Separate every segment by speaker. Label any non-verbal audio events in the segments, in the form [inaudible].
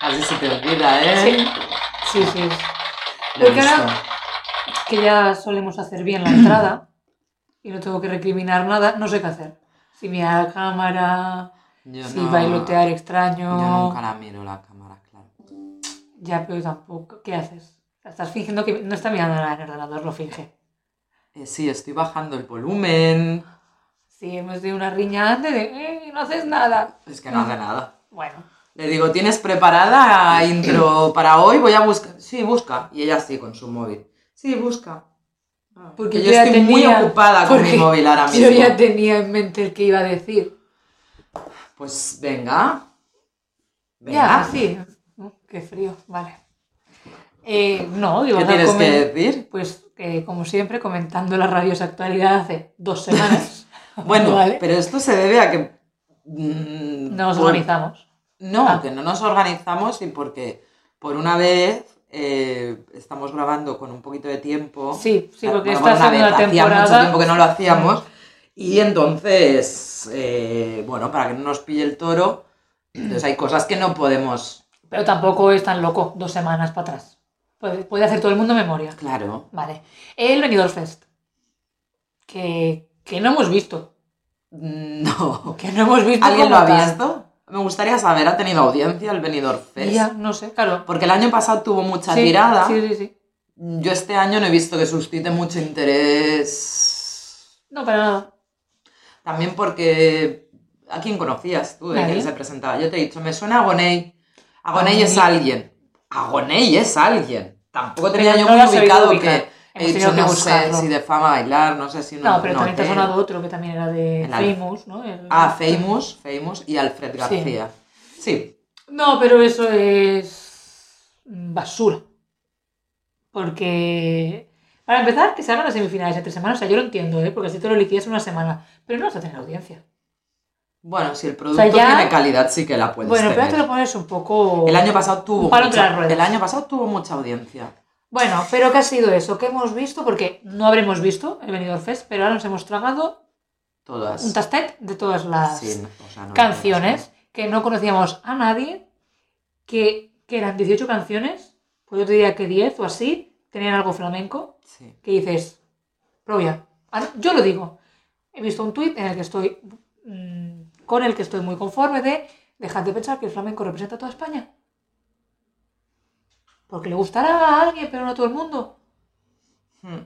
Speaker 1: A ver si te olvida, ¿eh?
Speaker 2: Sí, sí.
Speaker 1: Lo he
Speaker 2: Porque ahora-
Speaker 1: visto.
Speaker 2: Que ya solemos hacer bien la entrada y no tengo que recriminar nada, no sé qué hacer. Si mirar a cámara,
Speaker 1: Yo
Speaker 2: si
Speaker 1: no-
Speaker 2: bailotear
Speaker 1: Yo
Speaker 2: extraño.
Speaker 1: nunca la miro la cámara, claro.
Speaker 2: Ya, pero tampoco. ¿Qué haces? Estás fingiendo que no está mirando nada en el ordenador, lo finge.
Speaker 1: Eh, sí, estoy bajando el volumen.
Speaker 2: Sí, hemos tenido una riña antes de. "Eh, no haces nada!
Speaker 1: Es que no hace nada.
Speaker 2: Bueno,
Speaker 1: Le digo, ¿tienes preparada intro para hoy? Voy a buscar. Sí, busca. Y ella sí, con su móvil. Sí, busca. Ah,
Speaker 2: porque
Speaker 1: que yo estoy muy
Speaker 2: tenía-
Speaker 1: ocupada con mi
Speaker 2: porque
Speaker 1: móvil ahora mismo.
Speaker 2: Yo ya tenía en mente el que iba a decir.
Speaker 1: Pues venga.
Speaker 2: Ya,
Speaker 1: Venga.
Speaker 2: sí. Uh, qué frío, vale. Eh, no, iba
Speaker 1: ¿Qué
Speaker 2: a
Speaker 1: tienes que
Speaker 2: comen-
Speaker 1: decir?
Speaker 2: Pues, eh, como siempre, comentando la radiosa actualidad hace dos semanas.
Speaker 1: [laughs] Bueno,
Speaker 2: [laughs] Vale.
Speaker 1: pero esto se debe a que. mm,
Speaker 2: Nos
Speaker 1: por-
Speaker 2: organizamos.
Speaker 1: No,
Speaker 2: Ah.
Speaker 1: que no nos organizamos y porque por una vez eh, estamos grabando con un poquito de tiempo.
Speaker 2: Sí, sí, porque
Speaker 1: Bueno, por una
Speaker 2: esta
Speaker 1: vez,
Speaker 2: segunda
Speaker 1: Hacía mucho tiempo
Speaker 2: temporada.
Speaker 1: que no lo hacíamos. Y entonces, eh, bueno, para que no nos pille el toro, entonces hay cosas que no podemos.
Speaker 2: Pero tampoco es tan loco, dos semanas para atrás. Puede, puede hacer todo el mundo memoria.
Speaker 1: Claro.
Speaker 2: Vale. El Benidorm Fest. Que, que no hemos visto.
Speaker 1: Mm, No.
Speaker 2: Que no hemos visto.
Speaker 1: ¿Alguien lo
Speaker 2: como
Speaker 1: ha
Speaker 2: tal.
Speaker 1: visto? Me gustaría saber, ¿ha tenido audiencia el Benidorm Fest?
Speaker 2: Ya, no sé, claro.
Speaker 1: Porque el año pasado tuvo mucha
Speaker 2: Sí,
Speaker 1: tirada.
Speaker 2: Sí, sí, sí.
Speaker 1: Yo este año no he visto que suscite mucho interés.
Speaker 2: No, para nada.
Speaker 1: También porque. ¿A quién conocías tú? ¿De
Speaker 2: Nadie.
Speaker 1: quién se presentaba? Yo te he dicho, me suena Agoney. Agoney
Speaker 2: Agoney.
Speaker 1: es alguien. Agoney es alguien. Tampoco tenía
Speaker 2: Pero
Speaker 1: yo
Speaker 2: no lo has
Speaker 1: muy
Speaker 2: sabido
Speaker 1: ubicado
Speaker 2: ubicar.
Speaker 1: que.
Speaker 2: Hemos
Speaker 1: He dicho,
Speaker 2: tenido que
Speaker 1: no sé
Speaker 2: buscarlo.
Speaker 1: si de fama bailar, no sé si
Speaker 2: No,
Speaker 1: no.
Speaker 2: pero también te ha
Speaker 1: hotel.
Speaker 2: sonado otro que también era de
Speaker 1: El al-
Speaker 2: Famous, ¿no? El-
Speaker 1: Ah, Famous, Famous y Alfred García. Sí.
Speaker 2: No, pero eso es basura. Porque, para empezar, que se hagan las semifinales entre semanas, o sea, yo lo entiendo, ¿eh? porque así te lo liquidas en una semana, pero no vas a tener audiencia.
Speaker 1: Bueno, si el producto
Speaker 2: ya-
Speaker 1: tiene calidad, sí que la puedes
Speaker 2: bueno, pero te
Speaker 1: tener.
Speaker 2: lo pones un poco...
Speaker 1: El año pasado tuvo.
Speaker 2: Un palo entre
Speaker 1: mucha-
Speaker 2: las ruedas.
Speaker 1: el año pasado tuvo mucha audiencia.
Speaker 2: Bueno, pero ¿qué ha sido eso? ¿Qué hemos visto? Porque no habremos visto el Benidorm Fest, pero ahora nos hemos tragado
Speaker 1: Todas.
Speaker 2: un tastet de todas las
Speaker 1: Sí, no, o sea, no-
Speaker 2: canciones que no conocíamos a nadie, que, que eran 18 canciones, pues yo te diría que 10 o así, tenían algo flamenco.
Speaker 1: Sí.
Speaker 2: que dices, Provian, ahora- yo lo digo. He visto un tuit en el que estoy mm, con el que estoy muy conforme de dejad de pensar que el flamenco representa a toda España. Porque le gustará a alguien, pero no a todo el mundo.
Speaker 1: Hmm.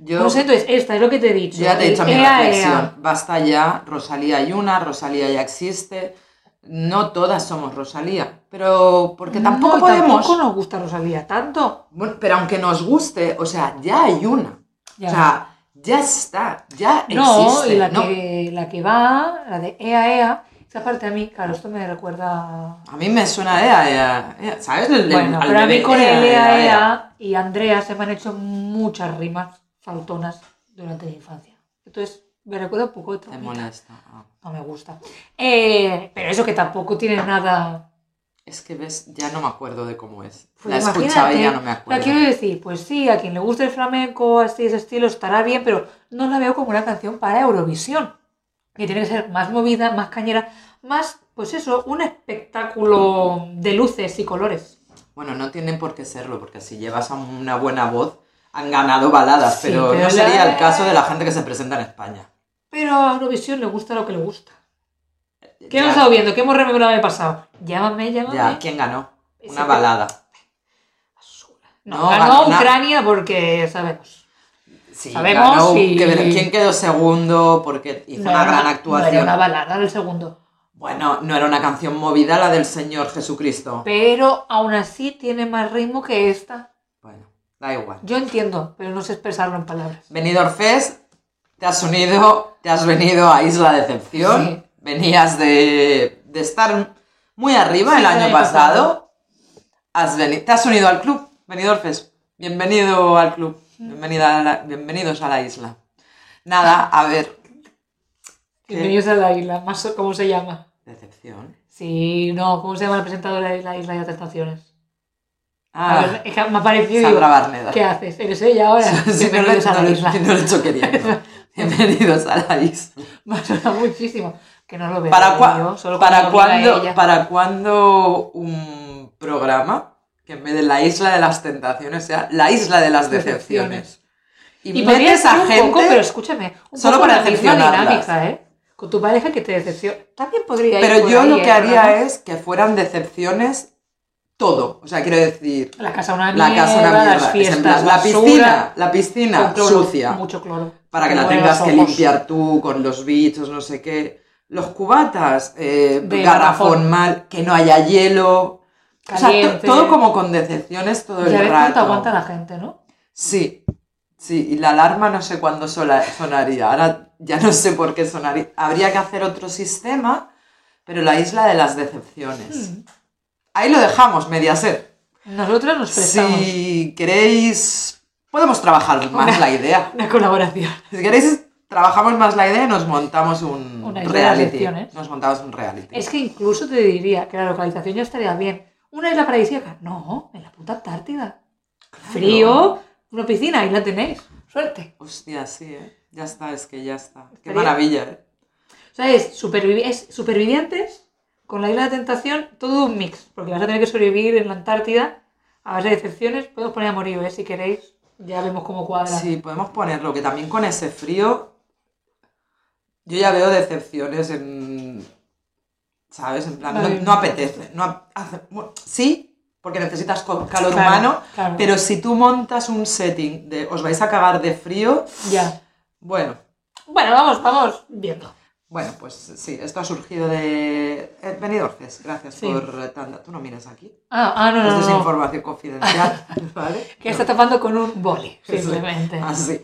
Speaker 1: Yo,
Speaker 2: No sé, entonces, esta es lo que te he dicho.
Speaker 1: yo ya te he dicho mi
Speaker 2: Ea,
Speaker 1: reflexión.
Speaker 2: ea.
Speaker 1: Basta ya, Rosalía hay una, Rosalía ya existe. No todas somos Rosalía, pero porque tampoco
Speaker 2: No,
Speaker 1: podemos.
Speaker 2: Tampoco nos gusta Rosalía tanto.
Speaker 1: Bueno, pero aunque nos guste, o sea, ya hay una.
Speaker 2: Ya.
Speaker 1: O sea, ya está, ya
Speaker 2: No,
Speaker 1: existe.
Speaker 2: y la,
Speaker 1: ¿no?
Speaker 2: Que, la que va, la de Ea Ea, esa parte a mí, claro, esto me recuerda.
Speaker 1: A mí me suena EA, EA, EA, ¿sabes? El- el-
Speaker 2: Bueno,
Speaker 1: al
Speaker 2: pero a mí
Speaker 1: bebé,
Speaker 2: con el
Speaker 1: EA,
Speaker 2: EAEA
Speaker 1: EA.
Speaker 2: y Andrea se me han hecho muchas rimas faltonas durante mi infancia. Entonces, me recuerda un poco de
Speaker 1: Te
Speaker 2: traumita.
Speaker 1: molesta. ah.
Speaker 2: No me gusta. Eh, pero eso que tampoco tiene nada.
Speaker 1: Es que ves, ya no me acuerdo de cómo es.
Speaker 2: Pues
Speaker 1: La he escuchado y
Speaker 2: imagínate,
Speaker 1: ya no me
Speaker 2: O sea,
Speaker 1: acuerdo.
Speaker 2: quiero decir, pues sí, a quien le guste el flamenco, así ese estilo, estará bien, pero no la veo como una canción para Eurovisión. Que tiene que ser más movida, más cañera, más, pues eso, un espectáculo de luces y colores.
Speaker 1: Bueno, no tienen por qué serlo, porque si llevas a una buena voz, han ganado baladas,
Speaker 2: Sí,
Speaker 1: pero,
Speaker 2: pero
Speaker 1: no
Speaker 2: la-
Speaker 1: sería el caso de la gente que se presenta en España.
Speaker 2: Pero a Eurovisión le gusta lo que le gusta. ¿Qué
Speaker 1: Ya-
Speaker 2: hemos estado viendo? ¿Qué hemos rememorado el pasado? Llámame, llámame.
Speaker 1: Ya, ¿quién ganó?
Speaker 2: Ese
Speaker 1: Una
Speaker 2: que-
Speaker 1: balada.
Speaker 2: No,
Speaker 1: No,
Speaker 2: ganó
Speaker 1: ganó una-
Speaker 2: Ucrania porque sabemos.
Speaker 1: Sí,
Speaker 2: Sabemos
Speaker 1: ganó,
Speaker 2: y-
Speaker 1: que ver- ¿Quién quedó segundo? Porque hizo
Speaker 2: No
Speaker 1: una
Speaker 2: era
Speaker 1: gran
Speaker 2: No era
Speaker 1: actuación.
Speaker 2: una balada del segundo.
Speaker 1: Bueno, no era una canción movida la del Señor Jesucristo.
Speaker 2: Pero aún así tiene más ritmo que esta.
Speaker 1: Bueno, da igual.
Speaker 2: Yo entiendo, pero no sé expresarlo en palabras.
Speaker 1: Benidorm Fest, te has unido, te has venido a Isla Decepción.
Speaker 2: Sí.
Speaker 1: Venías de, de estar muy arriba
Speaker 2: Sí,
Speaker 1: el
Speaker 2: el
Speaker 1: año
Speaker 2: año
Speaker 1: pasado. Has veni- te has unido al club, Benidorm Fest. Bienvenido al club. Bienvenida a la- bienvenidos a la isla. Nada, a ver. ¿Qué?
Speaker 2: Bienvenidos a la isla, más o- ¿cómo se llama?
Speaker 1: Decepción.
Speaker 2: Sí, no, ¿cómo se llama la presentadora de la isla de las tentaciones? A
Speaker 1: Ah,
Speaker 2: ver, es que me ha parecido y digo,
Speaker 1: Sandra Barneda.
Speaker 2: ¿qué haces? ¿Eres ella ahora?
Speaker 1: [laughs] si no lo he
Speaker 2: Bienvenidos
Speaker 1: hecho,
Speaker 2: a
Speaker 1: no
Speaker 2: la
Speaker 1: lo-
Speaker 2: isla. [laughs]
Speaker 1: si no lo he hecho queriendo. Bienvenidos a la isla.
Speaker 2: Me suena muchísimo. Que no lo veo.
Speaker 1: ¿Para, cua-
Speaker 2: solo
Speaker 1: para,
Speaker 2: cuando.
Speaker 1: cuándo, ¿Para cuándo un programa que en vez de la isla de las tentaciones sea la isla de las decepciones? Y,
Speaker 2: Y podría
Speaker 1: metes
Speaker 2: ser
Speaker 1: a
Speaker 2: un
Speaker 1: gente.
Speaker 2: poco, pero escúchame, un
Speaker 1: solo
Speaker 2: poco
Speaker 1: para
Speaker 2: la misma
Speaker 1: decepcionarlas.
Speaker 2: dinámica, ¿eh? Con tu pareja que te decepciona. También podría ir
Speaker 1: Pero
Speaker 2: por
Speaker 1: yo
Speaker 2: ahí,
Speaker 1: lo que
Speaker 2: ¿eh?
Speaker 1: haría
Speaker 2: ¿No?
Speaker 1: es que fueran decepciones todo. O sea, quiero decir,
Speaker 2: La casa una mierda,
Speaker 1: la casa una mierda,
Speaker 2: las
Speaker 1: es en
Speaker 2: fiestas,
Speaker 1: plan, la
Speaker 2: basura,
Speaker 1: piscina, la piscina
Speaker 2: con cloro,
Speaker 1: sucia,
Speaker 2: Mucho cloro.
Speaker 1: para que
Speaker 2: Me
Speaker 1: la
Speaker 2: duelen
Speaker 1: tengas
Speaker 2: los
Speaker 1: que
Speaker 2: ojos.
Speaker 1: limpiar tú con los bichos, no sé qué. Los cubatas, eh,
Speaker 2: De
Speaker 1: garrafón
Speaker 2: garrafón.
Speaker 1: mal, que no haya hielo. O sea, to-
Speaker 2: Caliente.
Speaker 1: todo como con decepciones todo el
Speaker 2: Ya ves cuánto
Speaker 1: rato.
Speaker 2: aguanta la gente, ¿no?
Speaker 1: Sí, sí, y la alarma no sé cuándo sola- sonaría. Ahora ya no sé por qué sonaría. Habría que hacer otro sistema, pero la isla de las decepciones.
Speaker 2: Mm.
Speaker 1: Ahí lo dejamos, Mediaset.
Speaker 2: Nosotros nos prestamos
Speaker 1: Si queréis, podemos trabajar más la idea.
Speaker 2: una colaboración.
Speaker 1: Si queréis, trabajamos más la idea y nos montamos un
Speaker 2: Una isla de
Speaker 1: reality.
Speaker 2: decepciones. Eh.
Speaker 1: Nos montamos un reality.
Speaker 2: Es que incluso te diría que la localización ya estaría bien. Una isla paradisíaca. No, en la puta Antártida. Frío, una piscina, ahí la tenéis. Suerte.
Speaker 1: Hostia, sí, ¿eh? Ya está, es que ya está. Qué
Speaker 2: Estaría-
Speaker 1: maravilla, ¿eh?
Speaker 2: O sea, es, supervivi- es supervivientes con la isla de tentación, todo un mix. Porque vas a tener que sobrevivir en la Antártida a base de decepciones. Podemos poner a morir, ¿eh? si queréis. Ya vemos cómo cuadra.
Speaker 1: Sí, podemos ponerlo, que también con ese frío. Yo ya veo decepciones en. ¿Sabes? En plan, no,
Speaker 2: Ay.
Speaker 1: no apetece. No ap- hace- bueno, sí, porque necesitas co- calor
Speaker 2: Claro,
Speaker 1: humano,
Speaker 2: claro.
Speaker 1: pero si tú montas un setting de os vais a cagar de frío,
Speaker 2: Ya.
Speaker 1: bueno,
Speaker 2: Bueno, vamos, vamos viendo.
Speaker 1: bueno, pues sí, esto ha surgido de. eh, Benidorfes, gracias
Speaker 2: Sí.
Speaker 1: por eh, tanta. Tú no miras aquí.
Speaker 2: Ah, ah, no,
Speaker 1: Esto es
Speaker 2: no, no.
Speaker 1: información confidencial,
Speaker 2: [laughs]
Speaker 1: ¿vale?
Speaker 2: Que está tapando con un boli,
Speaker 1: Ah, Sí.
Speaker 2: simplemente.
Speaker 1: Así.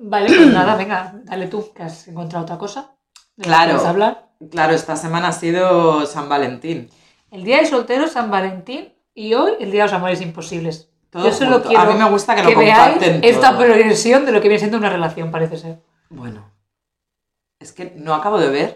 Speaker 2: Vale, pues nada, venga, dale tú, que has encontrado otra cosa. de la que
Speaker 1: Claro.
Speaker 2: quieres hablar.
Speaker 1: Claro, esta semana ha sido San Valentín.
Speaker 2: El día de soltero, San Valentín, y hoy el día de los amores imposibles.
Speaker 1: Todo
Speaker 2: Yo solo
Speaker 1: junto.
Speaker 2: quiero
Speaker 1: A mí me gusta que lo
Speaker 2: veáis
Speaker 1: comparten
Speaker 2: esta
Speaker 1: todo.
Speaker 2: progresión de lo que viene siendo una relación, parece ser.
Speaker 1: Bueno, es que no acabo de ver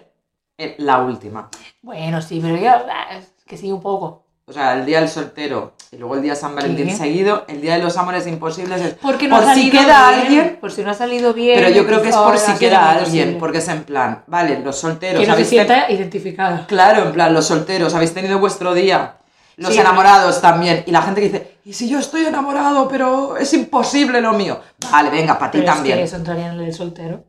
Speaker 1: el- la última.
Speaker 2: Bueno, sí, pero ya, ah, es que sí, un poco.
Speaker 1: O sea, el día del soltero y luego el día de San Valentín
Speaker 2: ¿Qué?
Speaker 1: seguido, el día de los amores imposibles es
Speaker 2: Porque no
Speaker 1: Por
Speaker 2: ha
Speaker 1: si
Speaker 2: salido
Speaker 1: queda
Speaker 2: bien,
Speaker 1: alguien.
Speaker 2: Por si no ha salido bien.
Speaker 1: Pero yo creo que es
Speaker 2: quizá
Speaker 1: por
Speaker 2: ahora
Speaker 1: si
Speaker 2: ha sido
Speaker 1: queda
Speaker 2: imposible.
Speaker 1: alguien, porque es en plan, vale, los solteros
Speaker 2: Que no se
Speaker 1: habéis ten-
Speaker 2: sienta identificado.
Speaker 1: Claro, en plan, los solteros habéis tenido vuestro día. Los
Speaker 2: Sí.
Speaker 1: enamorados también. Y la gente que dice, ¿y si yo estoy enamorado, pero es imposible lo mío? Vale, venga, para ti
Speaker 2: Pero es
Speaker 1: también.
Speaker 2: que eso entraría en el del soltero.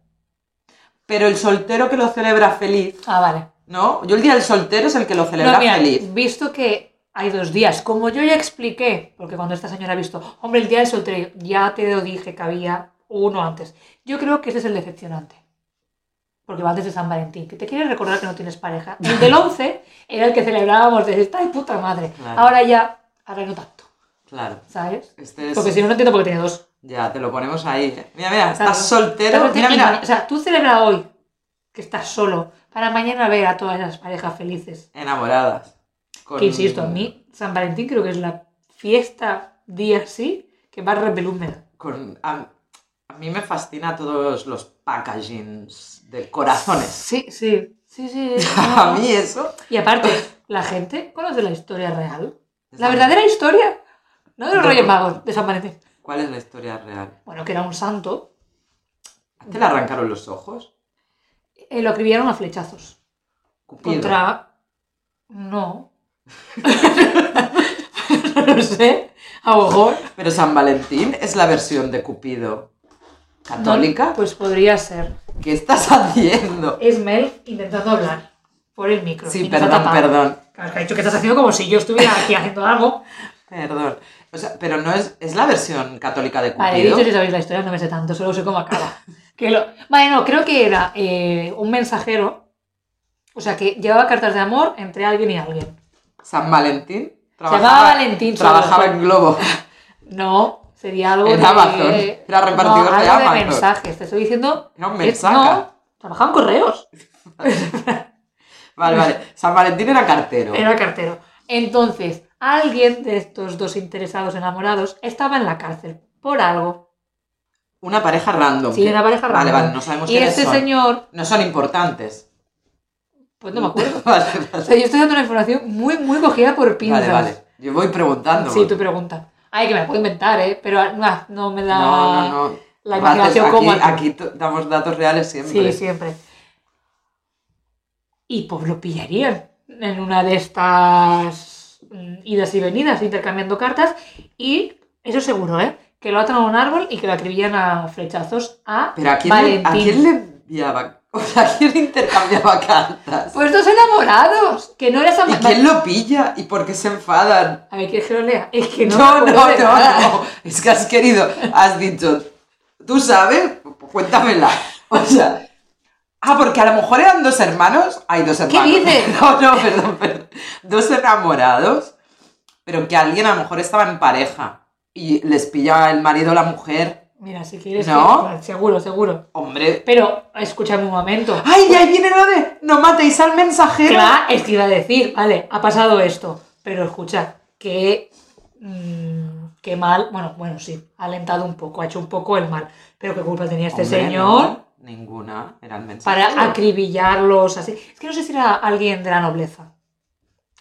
Speaker 1: Pero el soltero que lo celebra feliz,
Speaker 2: Ah, vale.
Speaker 1: ¿no? Yo el día del soltero es el que lo celebra
Speaker 2: No, mira,
Speaker 1: feliz.
Speaker 2: visto que hay dos días, como yo ya expliqué, porque cuando esta señora ha visto, hombre, el día del soltero, ya te lo dije que había uno antes. Yo creo que ese es el decepcionante. Porque va antes de San Valentín, que te quieres recordar que no tienes pareja. El del 11 era el que celebrábamos de esta de puta madre.
Speaker 1: Claro.
Speaker 2: Ahora ya, ahora no tanto,
Speaker 1: Claro.
Speaker 2: ¿sabes?
Speaker 1: Este es...
Speaker 2: Porque si no, no entiendo por qué tiene dos.
Speaker 1: Ya, te lo ponemos ahí. eh. Mira, mira,
Speaker 2: Claro.
Speaker 1: estás soltero.
Speaker 2: Estás
Speaker 1: Mira,
Speaker 2: soltero y
Speaker 1: mira.
Speaker 2: ma- O sea, tú celebra hoy que estás solo para mañana ver a todas las parejas felices.
Speaker 1: Enamoradas. Con-
Speaker 2: Que insisto, a mí San Valentín creo que es la fiesta día sí que más repelús me da.
Speaker 1: con- a, a mí me fascina todos los packagings de corazones. [laughs]
Speaker 2: Sí, sí. Sí, sí. Ah.
Speaker 1: A mí eso.
Speaker 2: Y aparte, la gente conoce la historia real.
Speaker 1: es
Speaker 2: La verdadera historia. No de los
Speaker 1: De-
Speaker 2: Reyes Magos, de San Valentín.
Speaker 1: ¿Cuál es la historia real?
Speaker 2: Bueno, que era un santo.
Speaker 1: ¿A ¿Te le arrancaron los ojos?
Speaker 2: eh, lo acribillaron a flechazos.
Speaker 1: Cupido.
Speaker 2: Contra.
Speaker 1: [laughs]
Speaker 2: No. [laughs] no lo sé. A lo mejor.
Speaker 1: Pero San Valentín es la versión de Cupido católica.
Speaker 2: Pues podría ser.
Speaker 1: ¿Qué estás [laughs] haciendo?
Speaker 2: Es Mel intentando hablar por el micro. y
Speaker 1: Sí,
Speaker 2: nos ha
Speaker 1: perdón,
Speaker 2: tapado.
Speaker 1: perdón.
Speaker 2: Claro, es que ha dicho que estás haciendo como si yo estuviera aquí haciendo algo.
Speaker 1: Perdón. O sea, pero no es, es la versión católica de
Speaker 2: [laughs] Vale,
Speaker 1: Cupido.
Speaker 2: dicho si sabéis la historia, no me sé tanto, solo sé cómo acaba. [laughs] Que lo... Vale, no, creo que era eh, un mensajero, o sea, que llevaba cartas de amor entre alguien y alguien.
Speaker 1: San Valentín.
Speaker 2: llamaba Valentín solo.
Speaker 1: Trabajaba en Globo. [laughs]
Speaker 2: No, sería algo
Speaker 1: Era
Speaker 2: de...
Speaker 1: Amazon, era repartidor
Speaker 2: no,
Speaker 1: de
Speaker 2: algo
Speaker 1: Amazon.
Speaker 2: de mensajes, te estoy diciendo...
Speaker 1: Era un
Speaker 2: que-
Speaker 1: mensaje.
Speaker 2: No, trabajaba en correos,
Speaker 1: Vale, vale. San Valentín era cartero.
Speaker 2: era cartero. Entonces, alguien de estos dos interesados enamorados estaba en la cárcel por algo.
Speaker 1: Una pareja random.
Speaker 2: Sí, una pareja
Speaker 1: Vale,
Speaker 2: random.
Speaker 1: vale, no sabemos
Speaker 2: Y
Speaker 1: quiénes
Speaker 2: este
Speaker 1: son.
Speaker 2: señor,
Speaker 1: No son importantes.
Speaker 2: pues no me acuerdo.
Speaker 1: [laughs] vale,
Speaker 2: O
Speaker 1: vale.
Speaker 2: sea, yo estoy dando una información muy, muy cogida por pinzas.
Speaker 1: Vale, vale. Yo voy preguntando.
Speaker 2: Sí, tu pregunta. Ay, que me la puedo inventar, ¿eh? Pero ah, no me da...
Speaker 1: No, no, no.
Speaker 2: la imaginación
Speaker 1: Datos-
Speaker 2: como...
Speaker 1: aquí, aquí to- damos datos reales siempre.
Speaker 2: Sí, siempre. Y pues lo pillarían en una de estas mm, idas y venidas, intercambiando cartas. Y eso seguro, ¿eh? Que lo atan a un árbol y que lo acribillan a flechazos a
Speaker 1: Pero ¿a quién, le, ¿a
Speaker 2: Valentín.
Speaker 1: quién le enviaba? [laughs] O sea, ¿a quién intercambiaba cartas?
Speaker 2: Pues dos enamorados, que no era San
Speaker 1: ¿Y quién lo pilla? ¿Y por qué se enfadan?
Speaker 2: A ver, ¿quieres que lo lea? Es que no.
Speaker 1: No, no,
Speaker 2: me
Speaker 1: no,
Speaker 2: acuerdo de nada.
Speaker 1: no. Es que has querido, has dicho, ¿tú sabes? Cuéntamela. O sea, ah, porque a lo mejor eran dos hermanos. Hay dos hermanos.
Speaker 2: dices?
Speaker 1: [laughs] No, no, perdón, perdón. Dos enamorados, pero que alguien a lo mejor estaba en pareja y les pilla el marido o la mujer.
Speaker 2: Mira, si quieres.
Speaker 1: No.
Speaker 2: que- Seguro, seguro.
Speaker 1: Hombre.
Speaker 2: Pero, escúchame un momento.
Speaker 1: ¡Ay, y ahí viene lo de no matéis al mensajero!
Speaker 2: Claro, es que iba a decir, vale, ha pasado esto, pero escucha, que, mm, que mal, bueno, bueno, sí, ha alentado un poco, ha hecho un poco el mal, pero qué culpa tenía este
Speaker 1: Hombre,
Speaker 2: señor
Speaker 1: no, ninguna, era el mensajero.
Speaker 2: para acribillarlos así. Es que no sé si era alguien de la nobleza.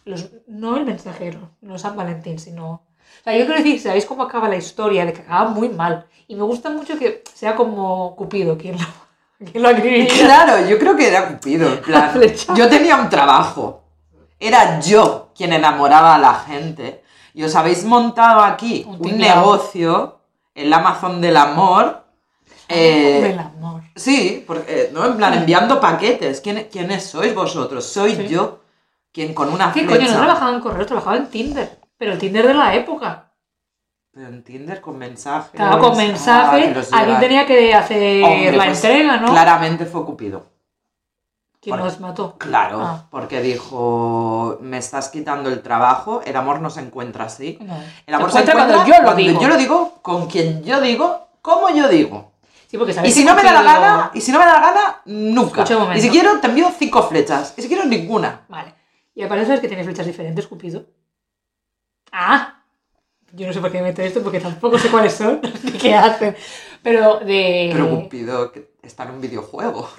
Speaker 2: Los, no el mensajero, no San Valentín, sino... O sea, yo quiero decir, ¿sabéis cómo acaba la historia? De que acaba muy mal. Y me gusta mucho que sea como Cupido quien lo, [laughs] quien lo acribilla.
Speaker 1: [laughs] Claro, yo creo que era Cupido, en plan.
Speaker 2: [laughs] Flechazo.
Speaker 1: Yo tenía un trabajo. Era yo quien enamoraba a la gente. Y os habéis montado aquí
Speaker 2: Un
Speaker 1: un,
Speaker 2: tinglao.
Speaker 1: negocio, el Amazon del amor. eh,
Speaker 2: Del amor.
Speaker 1: sí, porque, eh, ¿no? En plan, enviando paquetes. ¿Quién- ¿Quiénes sois vosotros? Soy
Speaker 2: Sí.
Speaker 1: yo quien con una
Speaker 2: ¿Qué
Speaker 1: flecha.
Speaker 2: coño? No trabajaba en correos, trabajaba en Tinder. Pero el Tinder de la época.
Speaker 1: Pero en Tinder con mensajes.
Speaker 2: Estaba con
Speaker 1: Ah, que
Speaker 2: mensajes.
Speaker 1: los
Speaker 2: alguien
Speaker 1: llevan.
Speaker 2: tenía que hacer
Speaker 1: Hombre,
Speaker 2: la
Speaker 1: pues,
Speaker 2: entrega, ¿no?
Speaker 1: Claramente fue Cupido.
Speaker 2: ¿Quién
Speaker 1: Vale.
Speaker 2: nos mató?
Speaker 1: Claro,
Speaker 2: Ah.
Speaker 1: porque dijo, me estás quitando el trabajo, el amor no se encuentra así.
Speaker 2: No.
Speaker 1: El amor
Speaker 2: Se
Speaker 1: se
Speaker 2: encuentra
Speaker 1: encuentra,
Speaker 2: cuando yo lo
Speaker 1: cuando
Speaker 2: digo.
Speaker 1: yo lo digo, con quien yo digo, como yo digo.
Speaker 2: Sí, porque
Speaker 1: Y
Speaker 2: sabéis
Speaker 1: si
Speaker 2: que
Speaker 1: no me da la
Speaker 2: Cupido-
Speaker 1: gana, y si no me da la gana, nunca.
Speaker 2: Escucha un momento.
Speaker 1: Y si quiero, te envío cinco flechas. Y si quiero, ninguna.
Speaker 2: Vale. Y aparte sabes que tienes flechas diferentes, Cupido. Ah. Yo no sé por qué me meto esto porque tampoco sé cuáles son [laughs] ni qué hacen. Pero de.
Speaker 1: Pero Cupido que está en un videojuego.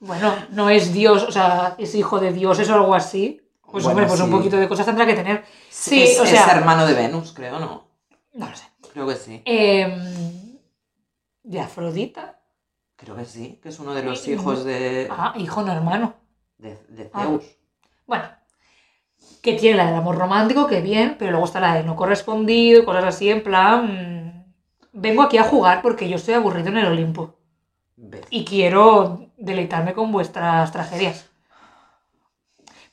Speaker 2: Bueno, no es Dios, o sea, es hijo de Dios, es algo así. Pues
Speaker 1: Bueno,
Speaker 2: hombre, pues un
Speaker 1: sí.
Speaker 2: poquito de cosas tendrá que tener. Sí,
Speaker 1: es,
Speaker 2: o
Speaker 1: es
Speaker 2: sea.
Speaker 1: hermano de Venus, creo, ¿no?
Speaker 2: No lo sé.
Speaker 1: Creo que sí.
Speaker 2: Em, de Afrodita.
Speaker 1: Creo que sí, que es uno de los hijos de,
Speaker 2: Eh, Ah, hijo no hermano.
Speaker 1: de, de
Speaker 2: Ah.
Speaker 1: Zeus.
Speaker 2: Bueno, que tiene la del amor romántico, que bien, pero luego está la de no correspondido y cosas así, en plan. mm, Vengo aquí a jugar porque yo estoy aburrido en el Olimpo [laughs]
Speaker 1: Ve.
Speaker 2: y quiero deleitarme con vuestras tragedias.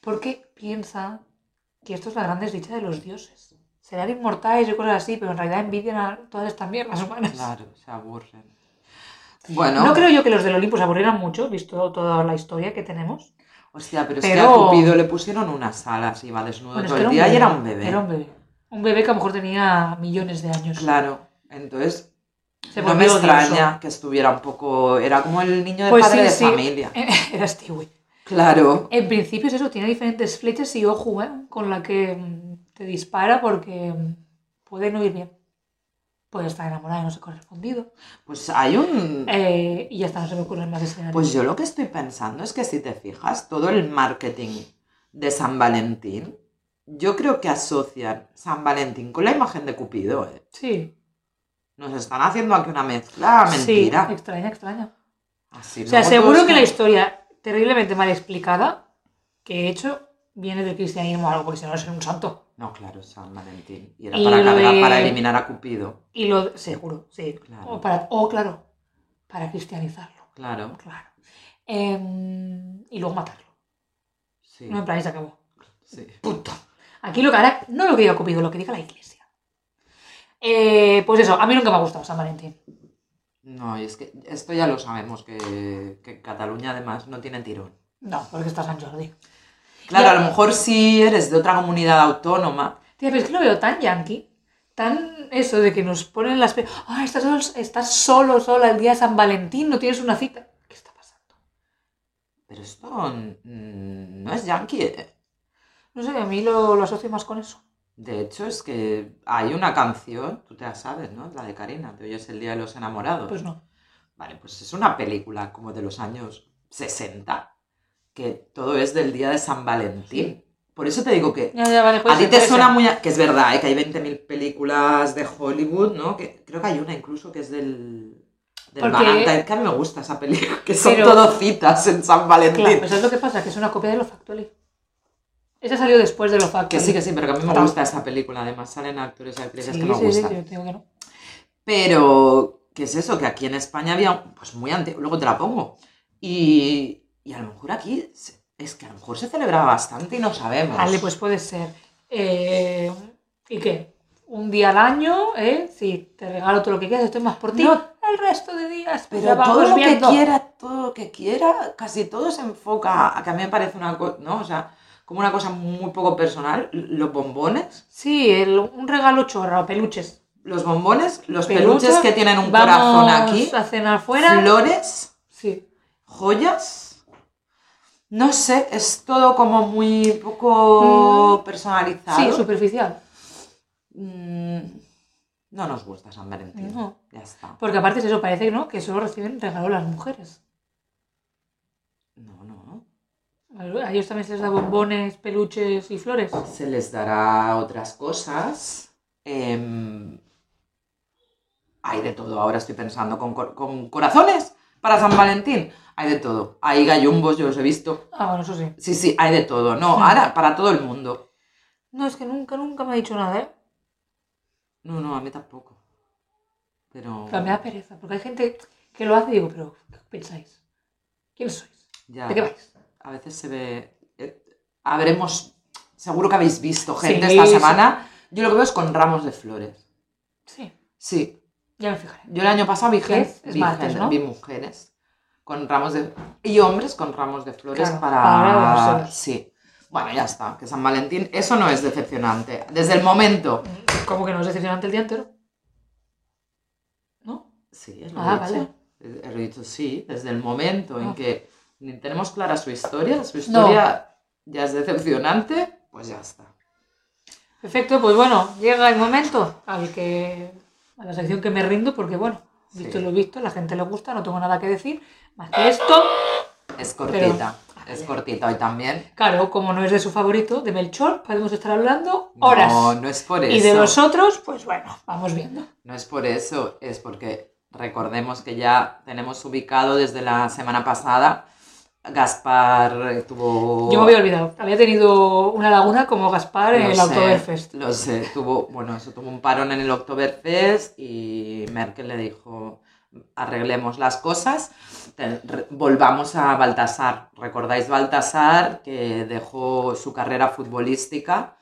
Speaker 2: Porque piensa que esto es la gran desdicha de los dioses. Serán inmortales y cosas así, pero en realidad envidian a todas estas mierdas humanas.
Speaker 1: Claro, se aburren. Bueno.
Speaker 2: No creo yo que los del Olimpo se aburrieran mucho, visto toda la historia que tenemos.
Speaker 1: Hostia, pero, es que
Speaker 2: Pero-
Speaker 1: a Cupido le pusieron unas alas, iba desnudo
Speaker 2: Bueno, es
Speaker 1: todo
Speaker 2: que
Speaker 1: el día y era un bebé.
Speaker 2: Era un bebé. Un bebé que a lo mejor tenía millones de años.
Speaker 1: Claro, entonces
Speaker 2: Se
Speaker 1: no me
Speaker 2: volvió odioso.
Speaker 1: extraña que estuviera un poco... Era como el niño de
Speaker 2: Pues
Speaker 1: padre
Speaker 2: sí,
Speaker 1: de
Speaker 2: sí.
Speaker 1: familia.
Speaker 2: [laughs] Era Stewie.
Speaker 1: Claro.
Speaker 2: En principio es eso, tiene diferentes flechas y ojo, ¿eh? con la que mm, te dispara porque mm, puede no ir bien. Puede estar enamorada y no se ha correspondido.
Speaker 1: Pues hay un...
Speaker 2: Eh, y ya está, no se me ocurren más escenarios.
Speaker 1: Pues yo lo que estoy pensando es que si te fijas, todo el marketing de San Valentín, yo creo que asocian San Valentín con la imagen de Cupido. ¿eh?
Speaker 2: sí,
Speaker 1: Nos están haciendo aquí una mezcla mentira.
Speaker 2: sí, extraña, extraña.
Speaker 1: Así
Speaker 2: O sea,
Speaker 1: luego
Speaker 2: seguro
Speaker 1: todos-
Speaker 2: que la historia terriblemente mal explicada que he hecho viene del cristianismo o algo, porque si no, no ser un santo.
Speaker 1: No, claro, San Valentín. Y era
Speaker 2: Y
Speaker 1: para
Speaker 2: lo
Speaker 1: cargar,
Speaker 2: de-
Speaker 1: para eliminar a Cupido.
Speaker 2: Y lo. Seguro, sí.
Speaker 1: Claro.
Speaker 2: O, para, o claro, para cristianizarlo.
Speaker 1: Claro,
Speaker 2: Claro. Em, y luego matarlo.
Speaker 1: sí.
Speaker 2: No, en plan, y se acabó.
Speaker 1: sí.
Speaker 2: Punto. Aquí lo que hará, no lo que diga Cupido, lo que diga la iglesia. Eh, pues eso, a mí nunca me ha gustado San Valentín.
Speaker 1: No, y es que esto ya lo sabemos, que, que Cataluña además no tiene tirón.
Speaker 2: No, porque está San Jordi.
Speaker 1: Claro,
Speaker 2: Ya.
Speaker 1: a lo mejor si eres de otra comunidad autónoma,
Speaker 2: Tía, pero es que lo veo tan yankee, tan eso de que nos ponen las... pe- Ah, estás solo, estás solo, sola el día de San Valentín, no tienes una cita. ¿Qué está pasando?
Speaker 1: pero esto mm, no es yanqui. eh.
Speaker 2: No sé, a mí lo, lo asocio más con eso.
Speaker 1: De hecho, es que hay una canción, tú te la sabes, ¿no? La de Karina, te oyes el Día de los Enamorados.
Speaker 2: Pues no.
Speaker 1: Vale, pues es una película como de los años 60, que todo es del Día de San Valentín. Por eso te digo que
Speaker 2: Ya, ya, vale, pues puede
Speaker 1: a ti
Speaker 2: ser,
Speaker 1: te
Speaker 2: puede
Speaker 1: suena
Speaker 2: ser.
Speaker 1: muy... a- Que es verdad, ¿eh? que hay 20.000 películas de Hollywood, ¿no? Que, creo que hay una incluso que es del... Del
Speaker 2: Porque-
Speaker 1: Valentine, que a mí me gusta esa película, [laughs] que son
Speaker 2: Pero-
Speaker 1: todo citas en San Valentín.
Speaker 2: Claro, pero ¿sabes lo que pasa? Que es una copia de los Factually. Esa salió después de los
Speaker 1: Que
Speaker 2: Factually.
Speaker 1: sí, que sí, pero que a mí me
Speaker 2: Fatal.
Speaker 1: gusta esa película. Además salen actores y actrices
Speaker 2: Sí,
Speaker 1: que me
Speaker 2: sí, sí,
Speaker 1: gustan.
Speaker 2: yo digo que no.
Speaker 1: Pero, ¿qué es eso? Que aquí en España había, un- pues muy antiguo, luego te la pongo. Y, y a lo mejor aquí, se- es que a lo mejor se celebraba bastante y no sabemos.
Speaker 2: Vale, pues puede ser. Eh, ¿Y qué? Un día al año, ¿eh? Sí, te regalo todo lo que quieras, estoy más por ti.
Speaker 1: No.
Speaker 2: el resto de días, pues ya
Speaker 1: Pero
Speaker 2: vamos
Speaker 1: todo lo
Speaker 2: viendo.
Speaker 1: que quiera, todo lo que quiera, casi todo se enfoca, a que a mí me parece una cosa, ¿no? O sea, como una cosa muy poco personal, los bombones,
Speaker 2: Sí, el- un regalo chorra, peluches.
Speaker 1: los bombones, los peluches
Speaker 2: Peluches,
Speaker 1: que tienen un
Speaker 2: vamos
Speaker 1: corazón aquí,
Speaker 2: a cenar fuera.
Speaker 1: flores,
Speaker 2: Sí.
Speaker 1: joyas. No sé, es todo como muy poco personalizado.
Speaker 2: Mm. Sí, superficial.
Speaker 1: Mm, no nos gusta San Valentín.
Speaker 2: No.
Speaker 1: Ya está.
Speaker 2: Porque aparte es eso parece ¿no? que solo reciben regalo las mujeres.
Speaker 1: No, no.
Speaker 2: A ellos también se les da bombones, peluches y flores.
Speaker 1: Se les dará otras cosas. em, hay de todo. Ahora estoy pensando con, cor- con corazones para San Valentín. Hay de todo. Hay gallumbos, yo los he visto.
Speaker 2: Ah, bueno, eso sí.
Speaker 1: Sí, sí, hay de todo. No,
Speaker 2: Sí.
Speaker 1: ahora para todo el mundo.
Speaker 2: No, es que nunca, nunca me ha dicho nada, ¿eh?
Speaker 1: No, no, a mí tampoco. Pero
Speaker 2: Pero me da pereza, porque hay gente que lo hace y digo, pero ¿qué pensáis? ¿Quién sois?
Speaker 1: ya,
Speaker 2: ¿De qué vais?
Speaker 1: a veces se ve... eh, habremos... Seguro que habéis visto gente
Speaker 2: Sí,
Speaker 1: esta
Speaker 2: sí.
Speaker 1: semana. Yo lo que veo es con ramos de flores.
Speaker 2: Sí,
Speaker 1: Sí,
Speaker 2: ya me fijaré.
Speaker 1: yo el año pasado vi, gen-
Speaker 2: Es
Speaker 1: vi,
Speaker 2: martes,
Speaker 1: gen-
Speaker 2: ¿no?
Speaker 1: vi mujeres con ramos de y hombres con ramos de flores
Speaker 2: Claro,
Speaker 1: para,
Speaker 2: para ahora los museos.
Speaker 1: sí. Bueno, ya está, que San Valentín, eso no es decepcionante. Desde el momento.
Speaker 2: Como que no es decepcionante el día entero. ¿No?
Speaker 1: Sí, es lo
Speaker 2: Ah,
Speaker 1: he dicho. He- he dicho sí, desde el momento en
Speaker 2: Ah.
Speaker 1: que ni tenemos clara su historia, su historia ya es decepcionante, pues ya está.
Speaker 2: Perfecto, pues bueno, llega el momento al que. a la sección que me rindo, porque bueno, visto
Speaker 1: Sí.
Speaker 2: lo visto, la gente le gusta, no tengo nada que decir, más que esto.
Speaker 1: Es cortita,
Speaker 2: ah,
Speaker 1: es cortita hoy también.
Speaker 2: Claro, como no es de su favorito, de Melchor, podemos estar hablando horas.
Speaker 1: No, no es por eso.
Speaker 2: y de los otros, pues bueno, vamos viendo.
Speaker 1: No es por eso, es porque recordemos que ya tenemos ubicado desde la semana pasada. Gaspar eh, tuvo.
Speaker 2: Yo me había olvidado, había tenido una laguna como Gaspar en
Speaker 1: lo
Speaker 2: el
Speaker 1: sé,
Speaker 2: Oktoberfest.
Speaker 1: Lo sé, tuvo. Bueno, eso tuvo un parón en el Oktoberfest y Merkel le dijo: arreglemos las cosas, te- re- volvamos a Baltasar. ¿Recordáis Baltasar que dejó su carrera futbolística?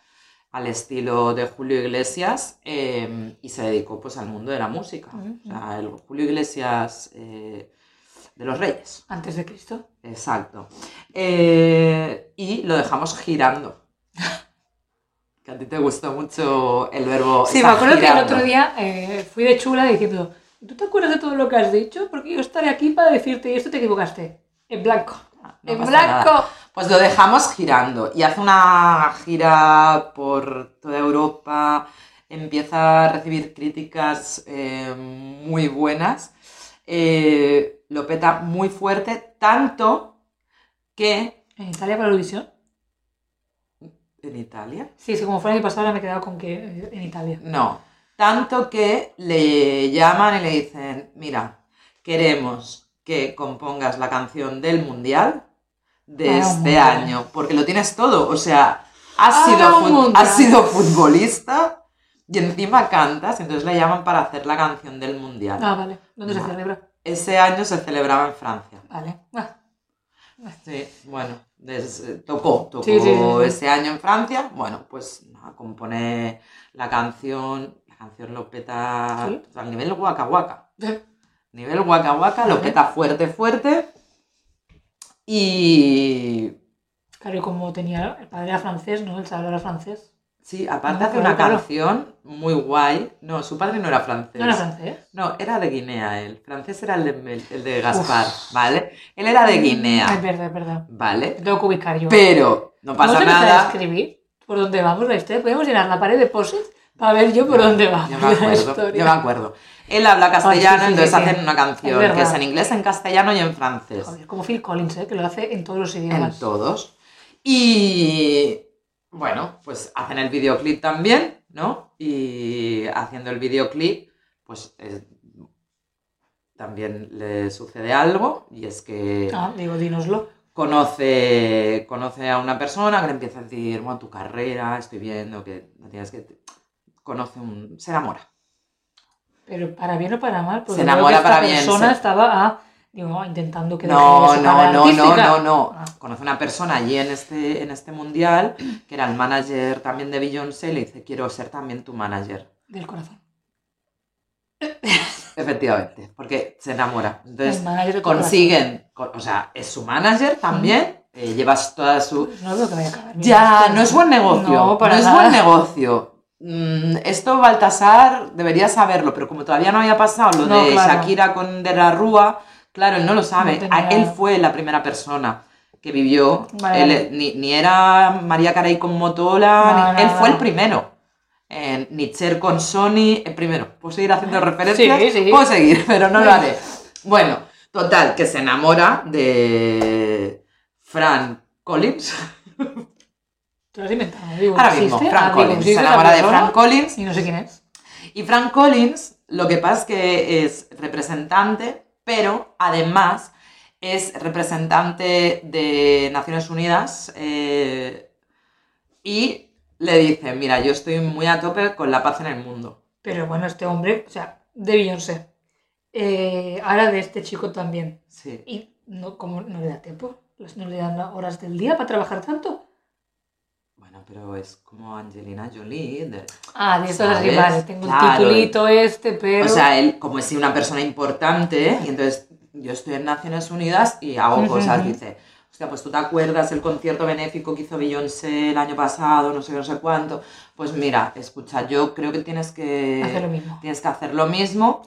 Speaker 1: al estilo de Julio Iglesias eh, y se dedicó pues al mundo de la música.
Speaker 2: Ujú.
Speaker 1: O sea, el Julio Iglesias eh, de los Reyes.
Speaker 2: Antes de Cristo.
Speaker 1: Exacto. Eh, y lo dejamos girando. [laughs] Que a ti te gustó mucho el verbo.
Speaker 2: Sí, me
Speaker 1: estar
Speaker 2: acuerdo que el
Speaker 1: Oh, girando.
Speaker 2: otro día eh, fui de chula diciendo, ¿tú te acuerdas de todo lo que has dicho? Porque yo estaré aquí para decirte, y esto te equivocaste. En blanco.
Speaker 1: Ah, no
Speaker 2: en
Speaker 1: pasa
Speaker 2: blanco.
Speaker 1: nada. Pues lo dejamos girando y hace una gira por toda Europa, empieza a recibir críticas eh, muy buenas, eh, lo peta muy fuerte, tanto que
Speaker 2: ¿En Italia para Eurovisión?
Speaker 1: en Italia,
Speaker 2: Sí, es que como fuera el año pasado, ahora me he quedado con que eh, en Italia.
Speaker 1: no, tanto que le llaman y le dicen, mira, queremos que compongas la canción del Mundial de
Speaker 2: Para un
Speaker 1: este
Speaker 2: mundial.
Speaker 1: año, porque lo tienes todo, o sea, has,
Speaker 2: Para
Speaker 1: sido,
Speaker 2: un
Speaker 1: fut-
Speaker 2: mundial.
Speaker 1: has sido futbolista y encima cantas, entonces le llaman para hacer la canción del Mundial.
Speaker 2: Ah, vale. ¿Dónde se
Speaker 1: Vale.
Speaker 2: celebra?
Speaker 1: Ese año se celebraba en Francia.
Speaker 2: Vale. Ah,
Speaker 1: Sí, bueno, des- eh, tocó, tocó
Speaker 2: Sí, sí, sí, sí.
Speaker 1: ese año en Francia. Bueno, pues nada, compone la canción, la canción lo peta
Speaker 2: Sí.
Speaker 1: o sea, al nivel guaca guaca.
Speaker 2: Sí.
Speaker 1: Nivel guaca guaca, lo
Speaker 2: Vale.
Speaker 1: peta fuerte, fuerte. Y
Speaker 2: Claro, y como tenía el padre era francés, ¿no? El sabor era francés.
Speaker 1: sí, aparte
Speaker 2: No,
Speaker 1: hace una
Speaker 2: Ah, claro.
Speaker 1: canción muy guay. No, su padre no era francés.
Speaker 2: ¿No era francés?
Speaker 1: No, era de Guinea él. Francés era el de, Mel- el de Gaspar, ¿vale? Él era de
Speaker 2: Ah, Es
Speaker 1: Guinea,
Speaker 2: verdad, es verdad.
Speaker 1: ¿vale?
Speaker 2: Me tengo que ubicar yo.
Speaker 1: Pero no pasa
Speaker 2: ¿Vamos a empezar a
Speaker 1: nada.
Speaker 2: escribir por dónde vamos la historia? ¿Podemos llenar la pared de posits para ver yo por dónde vamos
Speaker 1: Yo me
Speaker 2: la
Speaker 1: acuerdo,
Speaker 2: historia?
Speaker 1: yo me acuerdo. Él habla castellano,
Speaker 2: Ay, sí, sí,
Speaker 1: entonces
Speaker 2: sí, sí.
Speaker 1: hacen una
Speaker 2: Es
Speaker 1: canción
Speaker 2: verdad.
Speaker 1: que es en inglés, en castellano y en francés.
Speaker 2: Joder, como Phil Collins, ¿eh? que lo hace en todos los
Speaker 1: en
Speaker 2: idiomas.
Speaker 1: todos. Y Bueno, pues hacen el videoclip también, ¿no? Y haciendo el videoclip, pues es- también le sucede algo y es que
Speaker 2: Ah, digo, dínoslo.
Speaker 1: conoce, conoce a una persona que le empieza a decir, bueno, tu carrera, estoy viendo que no tienes que... Conoce un... Se enamora.
Speaker 2: Pero para bien o para mal. porque
Speaker 1: Se
Speaker 2: creo que
Speaker 1: enamora
Speaker 2: esta
Speaker 1: para bien,
Speaker 2: persona
Speaker 1: se-
Speaker 2: estaba ah, digo, intentando que
Speaker 1: No,
Speaker 2: deje su
Speaker 1: no, no,
Speaker 2: carrera
Speaker 1: no,
Speaker 2: artística.
Speaker 1: no, no.
Speaker 2: Ah.
Speaker 1: Conoce una persona allí en este, en este mundial que era el manager también de Beyoncé y le dice, quiero ser también tu manager.
Speaker 2: Del corazón.
Speaker 1: Efectivamente, porque se enamora. Entonces,
Speaker 2: Del manager del
Speaker 1: consiguen, co- o sea, es su manager también, eh, llevas toda su...
Speaker 2: corazón. Pues No veo que vaya a acabar. bien
Speaker 1: Ya,
Speaker 2: esto.
Speaker 1: no es buen negocio.
Speaker 2: No,
Speaker 1: No,
Speaker 2: para
Speaker 1: es
Speaker 2: nada.
Speaker 1: buen negocio. Mm, esto Baltasar debería saberlo, pero como todavía no había pasado lo
Speaker 2: No,
Speaker 1: de
Speaker 2: claro.
Speaker 1: Shakira con De la Rúa, claro, él no lo sabe.
Speaker 2: No tenía-
Speaker 1: A- Él fue la primera persona que vivió.
Speaker 2: Vale,
Speaker 1: Él,
Speaker 2: vale.
Speaker 1: ni, ni era María Carey con Motola, ni-
Speaker 2: No, no,
Speaker 1: él fue
Speaker 2: no.
Speaker 1: el primero. Eh, ni Cher con Sony, el primero. Puedo seguir haciendo referencias,
Speaker 2: Sí, sí.
Speaker 1: puedo seguir, [laughs] pero no lo
Speaker 2: Bueno.
Speaker 1: haré. Bueno, total, que se enamora de Fran Collins.
Speaker 2: Te lo has inventado. Digo,
Speaker 1: Ahora mismo,
Speaker 2: ¿existe?
Speaker 1: Frank
Speaker 2: Ah, digo,
Speaker 1: Collins.
Speaker 2: ¿existe
Speaker 1: Se
Speaker 2: esa
Speaker 1: enamora de
Speaker 2: persona?
Speaker 1: Frank Collins.
Speaker 2: Y no sé quién es.
Speaker 1: Y Frank Collins, lo que pasa es que es representante, pero además es representante de Naciones Unidas eh, y le dice, mira, yo estoy muy a tope con la paz en el mundo.
Speaker 2: Pero bueno, este hombre, o sea, de Beyoncé. Eh, ahora de este chico también.
Speaker 1: Sí.
Speaker 2: Y no, como no le da tiempo, Pues no le dan horas del día para trabajar tanto.
Speaker 1: Bueno, pero es como Angelina Jolie. de-
Speaker 2: Ah, de estas
Speaker 1: ¿Sabes?
Speaker 2: rivales. Tengo
Speaker 1: Claro.
Speaker 2: el titulito este, pero.
Speaker 1: O sea, él, como es una persona importante, y entonces yo estoy en Naciones Unidas y hago
Speaker 2: Ujú,
Speaker 1: cosas,
Speaker 2: ujú.
Speaker 1: dice, hostia, pues tú te acuerdas el concierto benéfico que hizo Beyoncé el año pasado, no sé qué, no sé cuánto. Pues mira, escucha, yo creo que tienes que
Speaker 2: hace lo mismo.
Speaker 1: tienes que hacer lo mismo.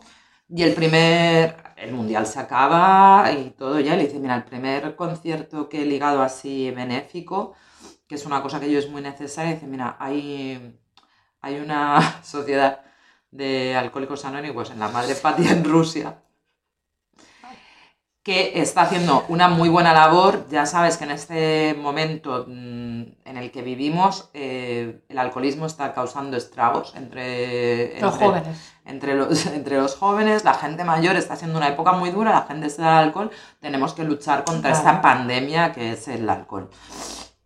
Speaker 1: Y el primer, el mundial se acaba y todo ya. Y le dice, mira, el primer concierto que he ligado así benéfico, que es una cosa que yo es muy necesaria, dice, mira, hay, hay una [laughs] sociedad de alcohólicos anónimos en la madre patria en Rusia que está haciendo una muy buena labor. Ya sabes que en este momento mm, en el que vivimos, eh, el alcoholismo está causando estragos entre,
Speaker 2: Los
Speaker 1: entre-
Speaker 2: jóvenes.
Speaker 1: entre los, [laughs] entre los jóvenes, la gente mayor está siendo una época muy dura, la gente se da alcohol, tenemos que luchar contra
Speaker 2: Claro.
Speaker 1: esta pandemia que es el alcohol.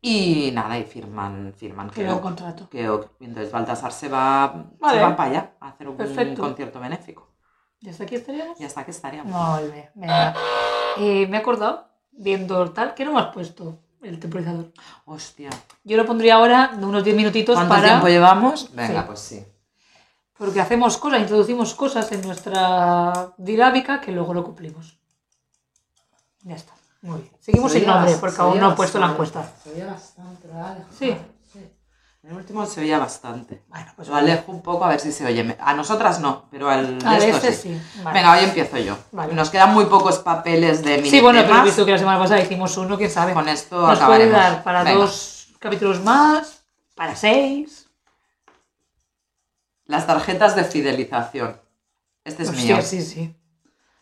Speaker 1: Y nada, y firman, firman que,
Speaker 2: Que no
Speaker 1: ok,
Speaker 2: contrato.
Speaker 1: que ok. entonces Baltasar se va,
Speaker 2: Vale.
Speaker 1: se va para allá a hacer un
Speaker 2: Perfecto.
Speaker 1: concierto benéfico.
Speaker 2: ¿Ya está aquí estaríamos?
Speaker 1: Y hasta que estaríamos.
Speaker 2: No, olvidé. me, eh, me he acordado, viendo tal, que no me has puesto el temporizador.
Speaker 1: Hostia.
Speaker 2: Yo lo pondría ahora de unos 10 minutitos
Speaker 1: ¿Cuánto
Speaker 2: para.
Speaker 1: tiempo llevamos? Venga,
Speaker 2: Sí.
Speaker 1: pues sí.
Speaker 2: Porque hacemos cosas, introducimos cosas en nuestra dinámica que luego lo cumplimos. Ya está. Muy bien. Seguimos
Speaker 1: Se
Speaker 2: sin
Speaker 1: oía
Speaker 2: nombre,
Speaker 1: bas-
Speaker 2: porque
Speaker 1: se
Speaker 2: aún
Speaker 1: oía
Speaker 2: no he puesto la
Speaker 1: bastante,
Speaker 2: encuesta.
Speaker 1: Se oía bastante, ¿verdad?
Speaker 2: Sí.
Speaker 1: En el último se oía bastante.
Speaker 2: Bueno, pues
Speaker 1: Lo alejo un poco a ver si se oye. Me- A nosotras no, pero al
Speaker 2: A
Speaker 1: de
Speaker 2: ver,
Speaker 1: esto
Speaker 2: este
Speaker 1: sí.
Speaker 2: sí. Vale.
Speaker 1: Venga, hoy empiezo yo.
Speaker 2: Vale.
Speaker 1: Nos quedan muy pocos papeles de mini
Speaker 2: Sí, bueno, pero
Speaker 1: temas.
Speaker 2: visto que la semana pasada hicimos uno, quién sabe.
Speaker 1: Con esto
Speaker 2: Nos puede
Speaker 1: acabaremos.
Speaker 2: dar para
Speaker 1: Venga.
Speaker 2: dos capítulos más, para seis.
Speaker 1: Las tarjetas de fidelización. Este es
Speaker 2: Hostia,
Speaker 1: mío.
Speaker 2: sí, sí.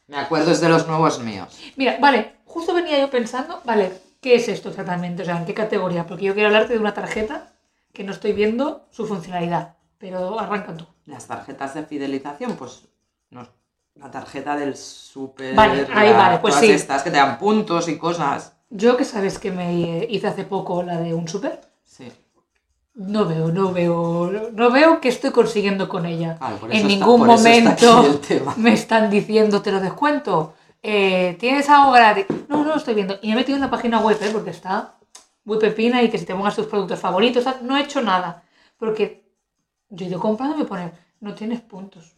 Speaker 1: Me acuerdo, es de los nuevos míos.
Speaker 2: Mira, vale, justo venía yo pensando, vale, ¿qué es esto exactamente? O sea, ¿en qué categoría? Porque yo quiero hablarte de una tarjeta que no estoy viendo su funcionalidad. Pero arranca tú.
Speaker 1: Las tarjetas de fidelización, pues... no- La tarjeta del súper...
Speaker 2: Vale, ahí,
Speaker 1: la-
Speaker 2: vale, pues
Speaker 1: todas
Speaker 2: sí.
Speaker 1: estas que te dan puntos y cosas.
Speaker 2: Yo que sabes que me hice hace poco la de un super,
Speaker 1: Sí.
Speaker 2: no veo, no veo, no veo qué estoy consiguiendo con ella.
Speaker 1: Claro, Ah, por
Speaker 2: en
Speaker 1: eso está-
Speaker 2: ningún
Speaker 1: por eso está aquí
Speaker 2: momento
Speaker 1: el tema.
Speaker 2: me están diciendo te lo descuento. eh, Tienes algo gratis. No, no lo estoy viendo. Y me he metido en la página web, ¿eh? porque está muy pepina y que si te pongas tus productos favoritos, tal. no he hecho nada. Porque yo he ido comprando y me ponen, no tienes puntos.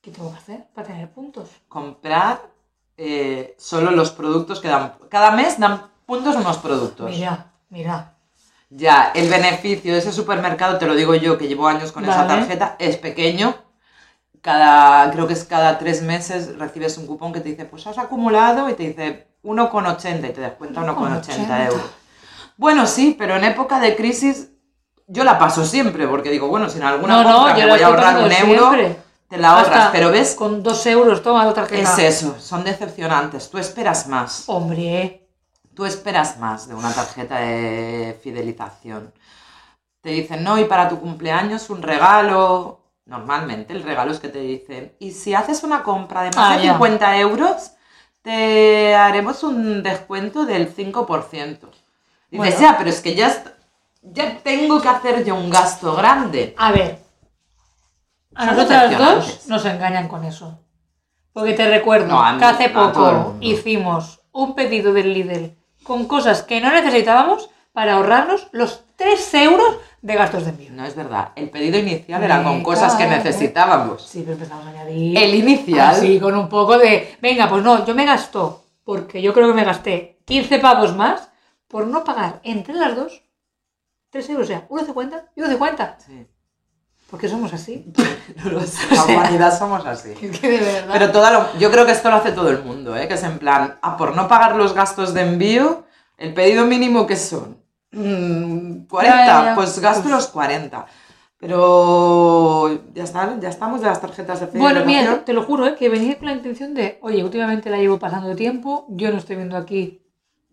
Speaker 2: ¿Qué tengo que hacer para tener puntos?
Speaker 1: comprar eh, solo los productos que dan. Cada mes dan puntos unos productos.
Speaker 2: Mira, mira.
Speaker 1: Ya, el beneficio de ese supermercado, te lo digo yo que llevo años con esa
Speaker 2: Vale.
Speaker 1: tarjeta, es pequeño. Cada, creo que es cada tres meses recibes un cupón que te dice, pues has acumulado y te dice 1,80 y te descuenta 1,80
Speaker 2: 1,80.
Speaker 1: euros. Bueno, sí, pero en época de crisis yo la paso siempre porque digo, bueno, si en alguna
Speaker 2: no,
Speaker 1: compra
Speaker 2: no, yo
Speaker 1: me voy
Speaker 2: la
Speaker 1: a
Speaker 2: estoy
Speaker 1: ahorrar un
Speaker 2: pagando
Speaker 1: euro,
Speaker 2: siempre.
Speaker 1: te la ahorras.
Speaker 2: Hasta
Speaker 1: pero ves,
Speaker 2: Con dos euros, toma la tarjeta.
Speaker 1: es eso, son decepcionantes, tú esperas más.
Speaker 2: Hombre,
Speaker 1: Tú esperas más de una tarjeta de fidelización. Te dicen, no, y para tu cumpleaños un regalo. Normalmente el regalo es que te dicen, y si haces una compra de más
Speaker 2: Ah,
Speaker 1: de
Speaker 2: ya.
Speaker 1: 50 euros, te haremos un descuento del 5%. Dices,
Speaker 2: Bueno.
Speaker 1: ya, pero es que ya, est- ya tengo que hacer yo un gasto grande.
Speaker 2: A ver, a
Speaker 1: Son
Speaker 2: nosotras dos
Speaker 1: decepcionantes.
Speaker 2: nos engañan con eso. Porque te recuerdo
Speaker 1: No, a mí-
Speaker 2: que hace
Speaker 1: a todo el
Speaker 2: poco
Speaker 1: mundo.
Speaker 2: hicimos un pedido del Lidl con cosas que no necesitábamos para ahorrarnos los 3 euros de gastos de envío.
Speaker 1: No es verdad. El pedido inicial era con
Speaker 2: Me
Speaker 1: cosas que
Speaker 2: cago.
Speaker 1: necesitábamos.
Speaker 2: Sí, Ah, pero empezamos a añadir.
Speaker 1: El inicial.
Speaker 2: Así, con un poco de. Venga, pues no, yo me gasto, porque yo creo que me gasté 15 pavos más por no pagar entre las dos 3 euros, o sea, 1,50 y 1,50.
Speaker 1: Sí. [laughs]
Speaker 2: Porque somos así. [laughs]
Speaker 1: No lo sé,
Speaker 2: O
Speaker 1: la
Speaker 2: sea-
Speaker 1: humanidad somos así.
Speaker 2: Es que de verdad.
Speaker 1: Pero toda lo- yo creo que esto lo hace todo el mundo, ¿eh? que es en plan, ah, por no pagar los gastos de envío, el pedido mínimo que son Mm, 40,
Speaker 2: Ya, ya, ya.
Speaker 1: pues gasto los 40. Pero ya están, ya estamos de las tarjetas de
Speaker 2: Bueno,
Speaker 1: fidelización.
Speaker 2: mira, te lo juro, ¿eh? que venía con la intención de, oye, últimamente la llevo pasando de tiempo, yo no estoy viendo aquí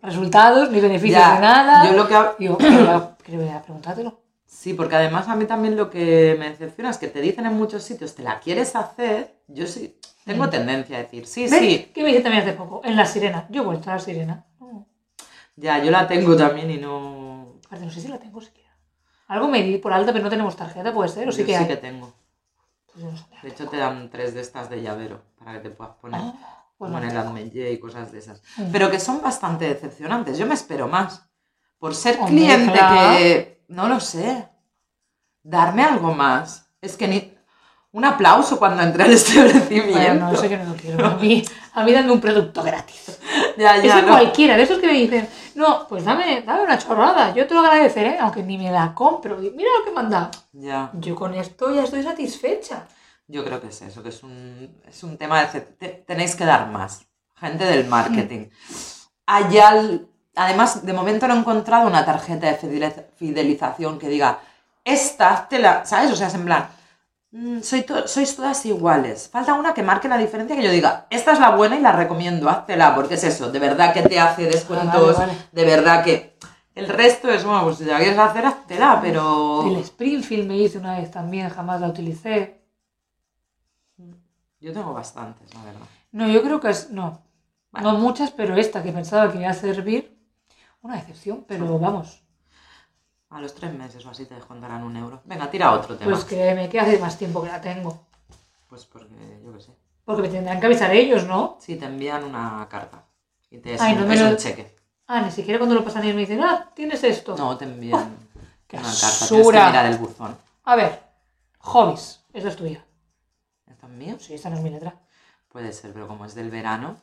Speaker 2: resultados ni beneficios
Speaker 1: Ya,
Speaker 2: de nada.
Speaker 1: Yo lo que ha-
Speaker 2: Digo, [clears throat] quería, quería preguntártelo.
Speaker 1: Sí, porque además a mí también lo que me decepciona es que te dicen en muchos sitios, te la quieres hacer, yo sí, tengo
Speaker 2: Mm.
Speaker 1: tendencia a decir, sí,
Speaker 2: ¿Ves?
Speaker 1: sí,
Speaker 2: ¿Qué me hice también hace poco? En La Sirena. Yo he vuelto a La Sirena. No,
Speaker 1: ya, yo la tengo también y no...
Speaker 2: aparte, no sé si la tengo siquiera. Algo me di por alto, pero no tenemos tarjeta, puede ser, o sí
Speaker 1: yo
Speaker 2: que
Speaker 1: sí
Speaker 2: hay.
Speaker 1: que tengo.
Speaker 2: Pues yo no sé.
Speaker 1: De hecho, te dan tres de estas de llavero para que te puedas poner
Speaker 2: Ah, pues
Speaker 1: como en
Speaker 2: no.
Speaker 1: el Admeye y cosas de esas.
Speaker 2: Mm.
Speaker 1: Pero que son bastante decepcionantes. Yo me espero más. Por ser
Speaker 2: Hombre,
Speaker 1: cliente
Speaker 2: claro.
Speaker 1: que. No lo sé. Darme algo más. Es que ni. Un aplauso cuando este entré al [laughs] establecimiento.
Speaker 2: Bueno, no, eso yo no lo quiero. A mí, a mí dame un producto gratis.
Speaker 1: Ya,
Speaker 2: Eso
Speaker 1: ya, no.
Speaker 2: cualquiera, de esos que me dicen, no, pues dame, dame una chorrada, yo te lo agradeceré, aunque ni me la compro. Y mira lo que me han dado.
Speaker 1: Ya.
Speaker 2: Yo con esto ya estoy satisfecha.
Speaker 1: Yo creo que es eso, que es un, es un tema de. decep- te- tenéis que dar más. Gente del marketing. Allá. el- Además, de momento no he encontrado una tarjeta de fideliz- fidelización que diga, esta te la. ¿Sabes? O sea, es en plan. mm, Soy to- sois todas iguales. Falta una que marque la diferencia que yo diga, esta es la buena y la recomiendo, háztela, porque es eso, de verdad que te hace descuentos,
Speaker 2: Ah, vale.
Speaker 1: de verdad que. El resto es, bueno, pues si la quieres hacer, háztela, pero.
Speaker 2: El Springfield me hice una vez también, jamás la utilicé.
Speaker 1: Yo tengo bastantes, la verdad.
Speaker 2: No, yo creo que es, no,
Speaker 1: Vale.
Speaker 2: no muchas, pero esta que pensaba que me iba a servir, una decepción, pero vamos,
Speaker 1: A los tres meses o así te descontarán un euro. Venga, tira otro tema.
Speaker 2: pues créeme que hace más tiempo que la tengo.
Speaker 1: Pues porque, yo qué sé.
Speaker 2: Porque me tendrán que avisar ellos, ¿no?
Speaker 1: Sí, te envían una carta. Y te es,
Speaker 2: Ay,
Speaker 1: un,
Speaker 2: no me
Speaker 1: es
Speaker 2: lo-
Speaker 1: un cheque.
Speaker 2: Ah, ni siquiera cuando lo pasan ellos me dicen, ah, tienes esto.
Speaker 1: No, te
Speaker 2: [laughs]
Speaker 1: envían
Speaker 2: Oh, qué
Speaker 1: una carta. Tienes que
Speaker 2: basura.
Speaker 1: mirar el buzón.
Speaker 2: A ver, hobbies, esa es tuya.
Speaker 1: ¿Están míos?
Speaker 2: Sí, esa no es mi letra.
Speaker 1: Puede ser, pero como es del verano.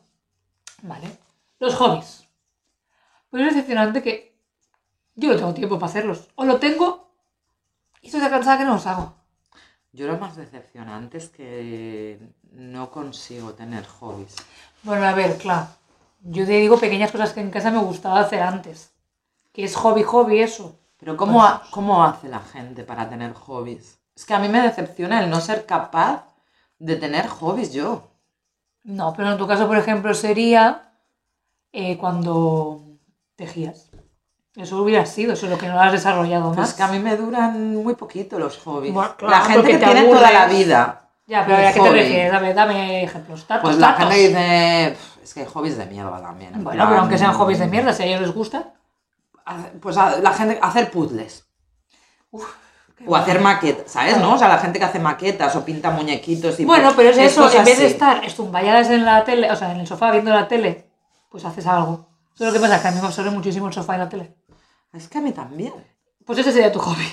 Speaker 2: Vale. Los hobbies. Pues es decepcionante que yo no tengo tiempo para hacerlos. O lo tengo y estoy tan cansada que no los hago.
Speaker 1: Yo lo más decepcionante es que no consigo tener hobbies.
Speaker 2: Bueno, a ver, claro. Yo te digo pequeñas cosas que en casa me gustaba hacer antes. Que es hobby, hobby, eso.
Speaker 1: Pero ¿cómo,
Speaker 2: Pues
Speaker 1: ha- ¿cómo hace la gente para tener hobbies? Es que a mí me decepciona el no ser capaz de tener hobbies yo.
Speaker 2: No, pero en tu caso, por ejemplo, sería eh, cuando tejías. Eso hubiera sido, eso es lo que no has desarrollado
Speaker 1: Pero
Speaker 2: más.
Speaker 1: Pues es que a mí me duran muy poquito los hobbies.
Speaker 2: Bueno,
Speaker 1: la
Speaker 2: claro,
Speaker 1: gente
Speaker 2: porque
Speaker 1: que
Speaker 2: te
Speaker 1: tiene toda la
Speaker 2: aburres.
Speaker 1: vida.
Speaker 2: Ya, pero a
Speaker 1: un
Speaker 2: ver, ¿a qué te
Speaker 1: hobby.
Speaker 2: refieres? A ver, dame ejemplos. Datos,
Speaker 1: Pues la
Speaker 2: datos.
Speaker 1: gente dice, "Pf, es que hay hobbies de mierda también. en
Speaker 2: Bueno,
Speaker 1: plan,
Speaker 2: pero aunque sean hobbies de mierda, si a ellos les gusta.
Speaker 1: hace- Pues a- la gente, hacer puzzles.
Speaker 2: Uf, qué
Speaker 1: O hacer maquetas, ¿sabes? ¿No? O sea, la gente que hace maquetas o pinta muñequitos y
Speaker 2: Bueno, pero es eso,
Speaker 1: cosas
Speaker 2: en vez de
Speaker 1: así.
Speaker 2: estar estumballadas en la tele, o sea, en el sofá viendo la tele, pues haces algo. Eso es lo que pasa, que a mí me absorbe muchísimo el sofá y la tele.
Speaker 1: Es que a mí también.
Speaker 2: Pues ese sería tu [laughs] hobby.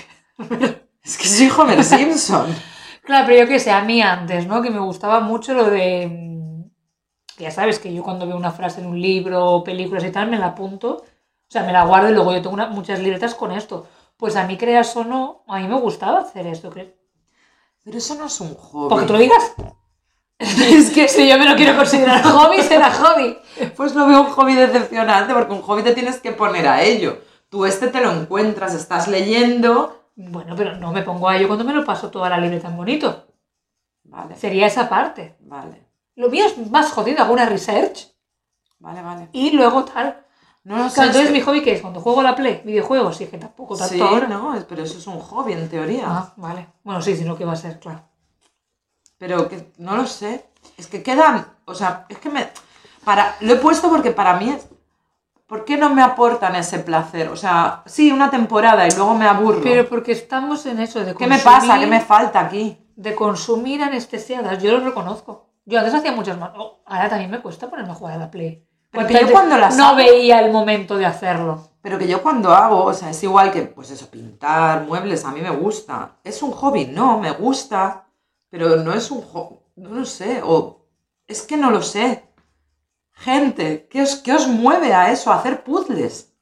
Speaker 1: Es que soy Homer Simpson.
Speaker 2: Claro, pero yo que sé, a mí antes, ¿no? Que me gustaba mucho lo de... mm, que Ya sabes que yo cuando veo una frase en un libro o películas y tal, me la apunto, o sea, me la guardo y luego yo tengo una- muchas libretas con esto. Pues a mí, creas o no, a mí me gustaba hacer esto, ¿crees?
Speaker 1: Pero eso no es un hobby.
Speaker 2: Porque tú lo digas. [laughs] es que si yo me lo quiero considerar [laughs] hobby, será hobby.
Speaker 1: Pues lo veo un hobby decepcionante porque un hobby te tienes que poner a ello. Tú este te lo encuentras, estás leyendo.
Speaker 2: Bueno, pero no me pongo a ello cuando me lo paso toda la libre tan bonito.
Speaker 1: Vale,
Speaker 2: Sería esa parte.
Speaker 1: vale,
Speaker 2: Lo mío es más jodido, hago una research
Speaker 1: vale, vale.
Speaker 2: y luego tal.
Speaker 1: No lo sé,
Speaker 2: Claro, entonces
Speaker 1: Ah, es
Speaker 2: mi hobby que es cuando juego a la Play, videojuegos, sí que tampoco
Speaker 1: que-
Speaker 2: tanto
Speaker 1: Sí,
Speaker 2: ahora.
Speaker 1: no, es- pero eso es un hobby en teoría.
Speaker 2: Ah, vale. Bueno, sí, sino que va a ser, claro.
Speaker 1: Pero que no lo sé. Es que quedan, o sea, es que me para lo he puesto porque para mí es ¿Por qué no me aportan ese placer? O sea, sí, una temporada y luego me aburro.
Speaker 2: Pero porque estamos en eso de
Speaker 1: ¿Qué me
Speaker 2: consumir-
Speaker 1: pasa? ¿Qué me falta aquí?
Speaker 2: de consumir anestesiadas, yo lo reconozco. Yo antes hacía muchas más. oh, ahora también me cuesta ponerme a jugar a la Play.
Speaker 1: Pero
Speaker 2: ¿Cuántas
Speaker 1: que yo
Speaker 2: veces
Speaker 1: cuando las
Speaker 2: no
Speaker 1: hago-
Speaker 2: veía el momento de hacerlo.
Speaker 1: Pero que yo cuando hago, o sea, es igual que, pues eso, pintar muebles, a mí me gusta. Es un hobby, no, me gusta, pero no es un hobby, no lo sé, o es que no lo sé. Gente, ¿qué os, qué os mueve a eso, a hacer puzzles?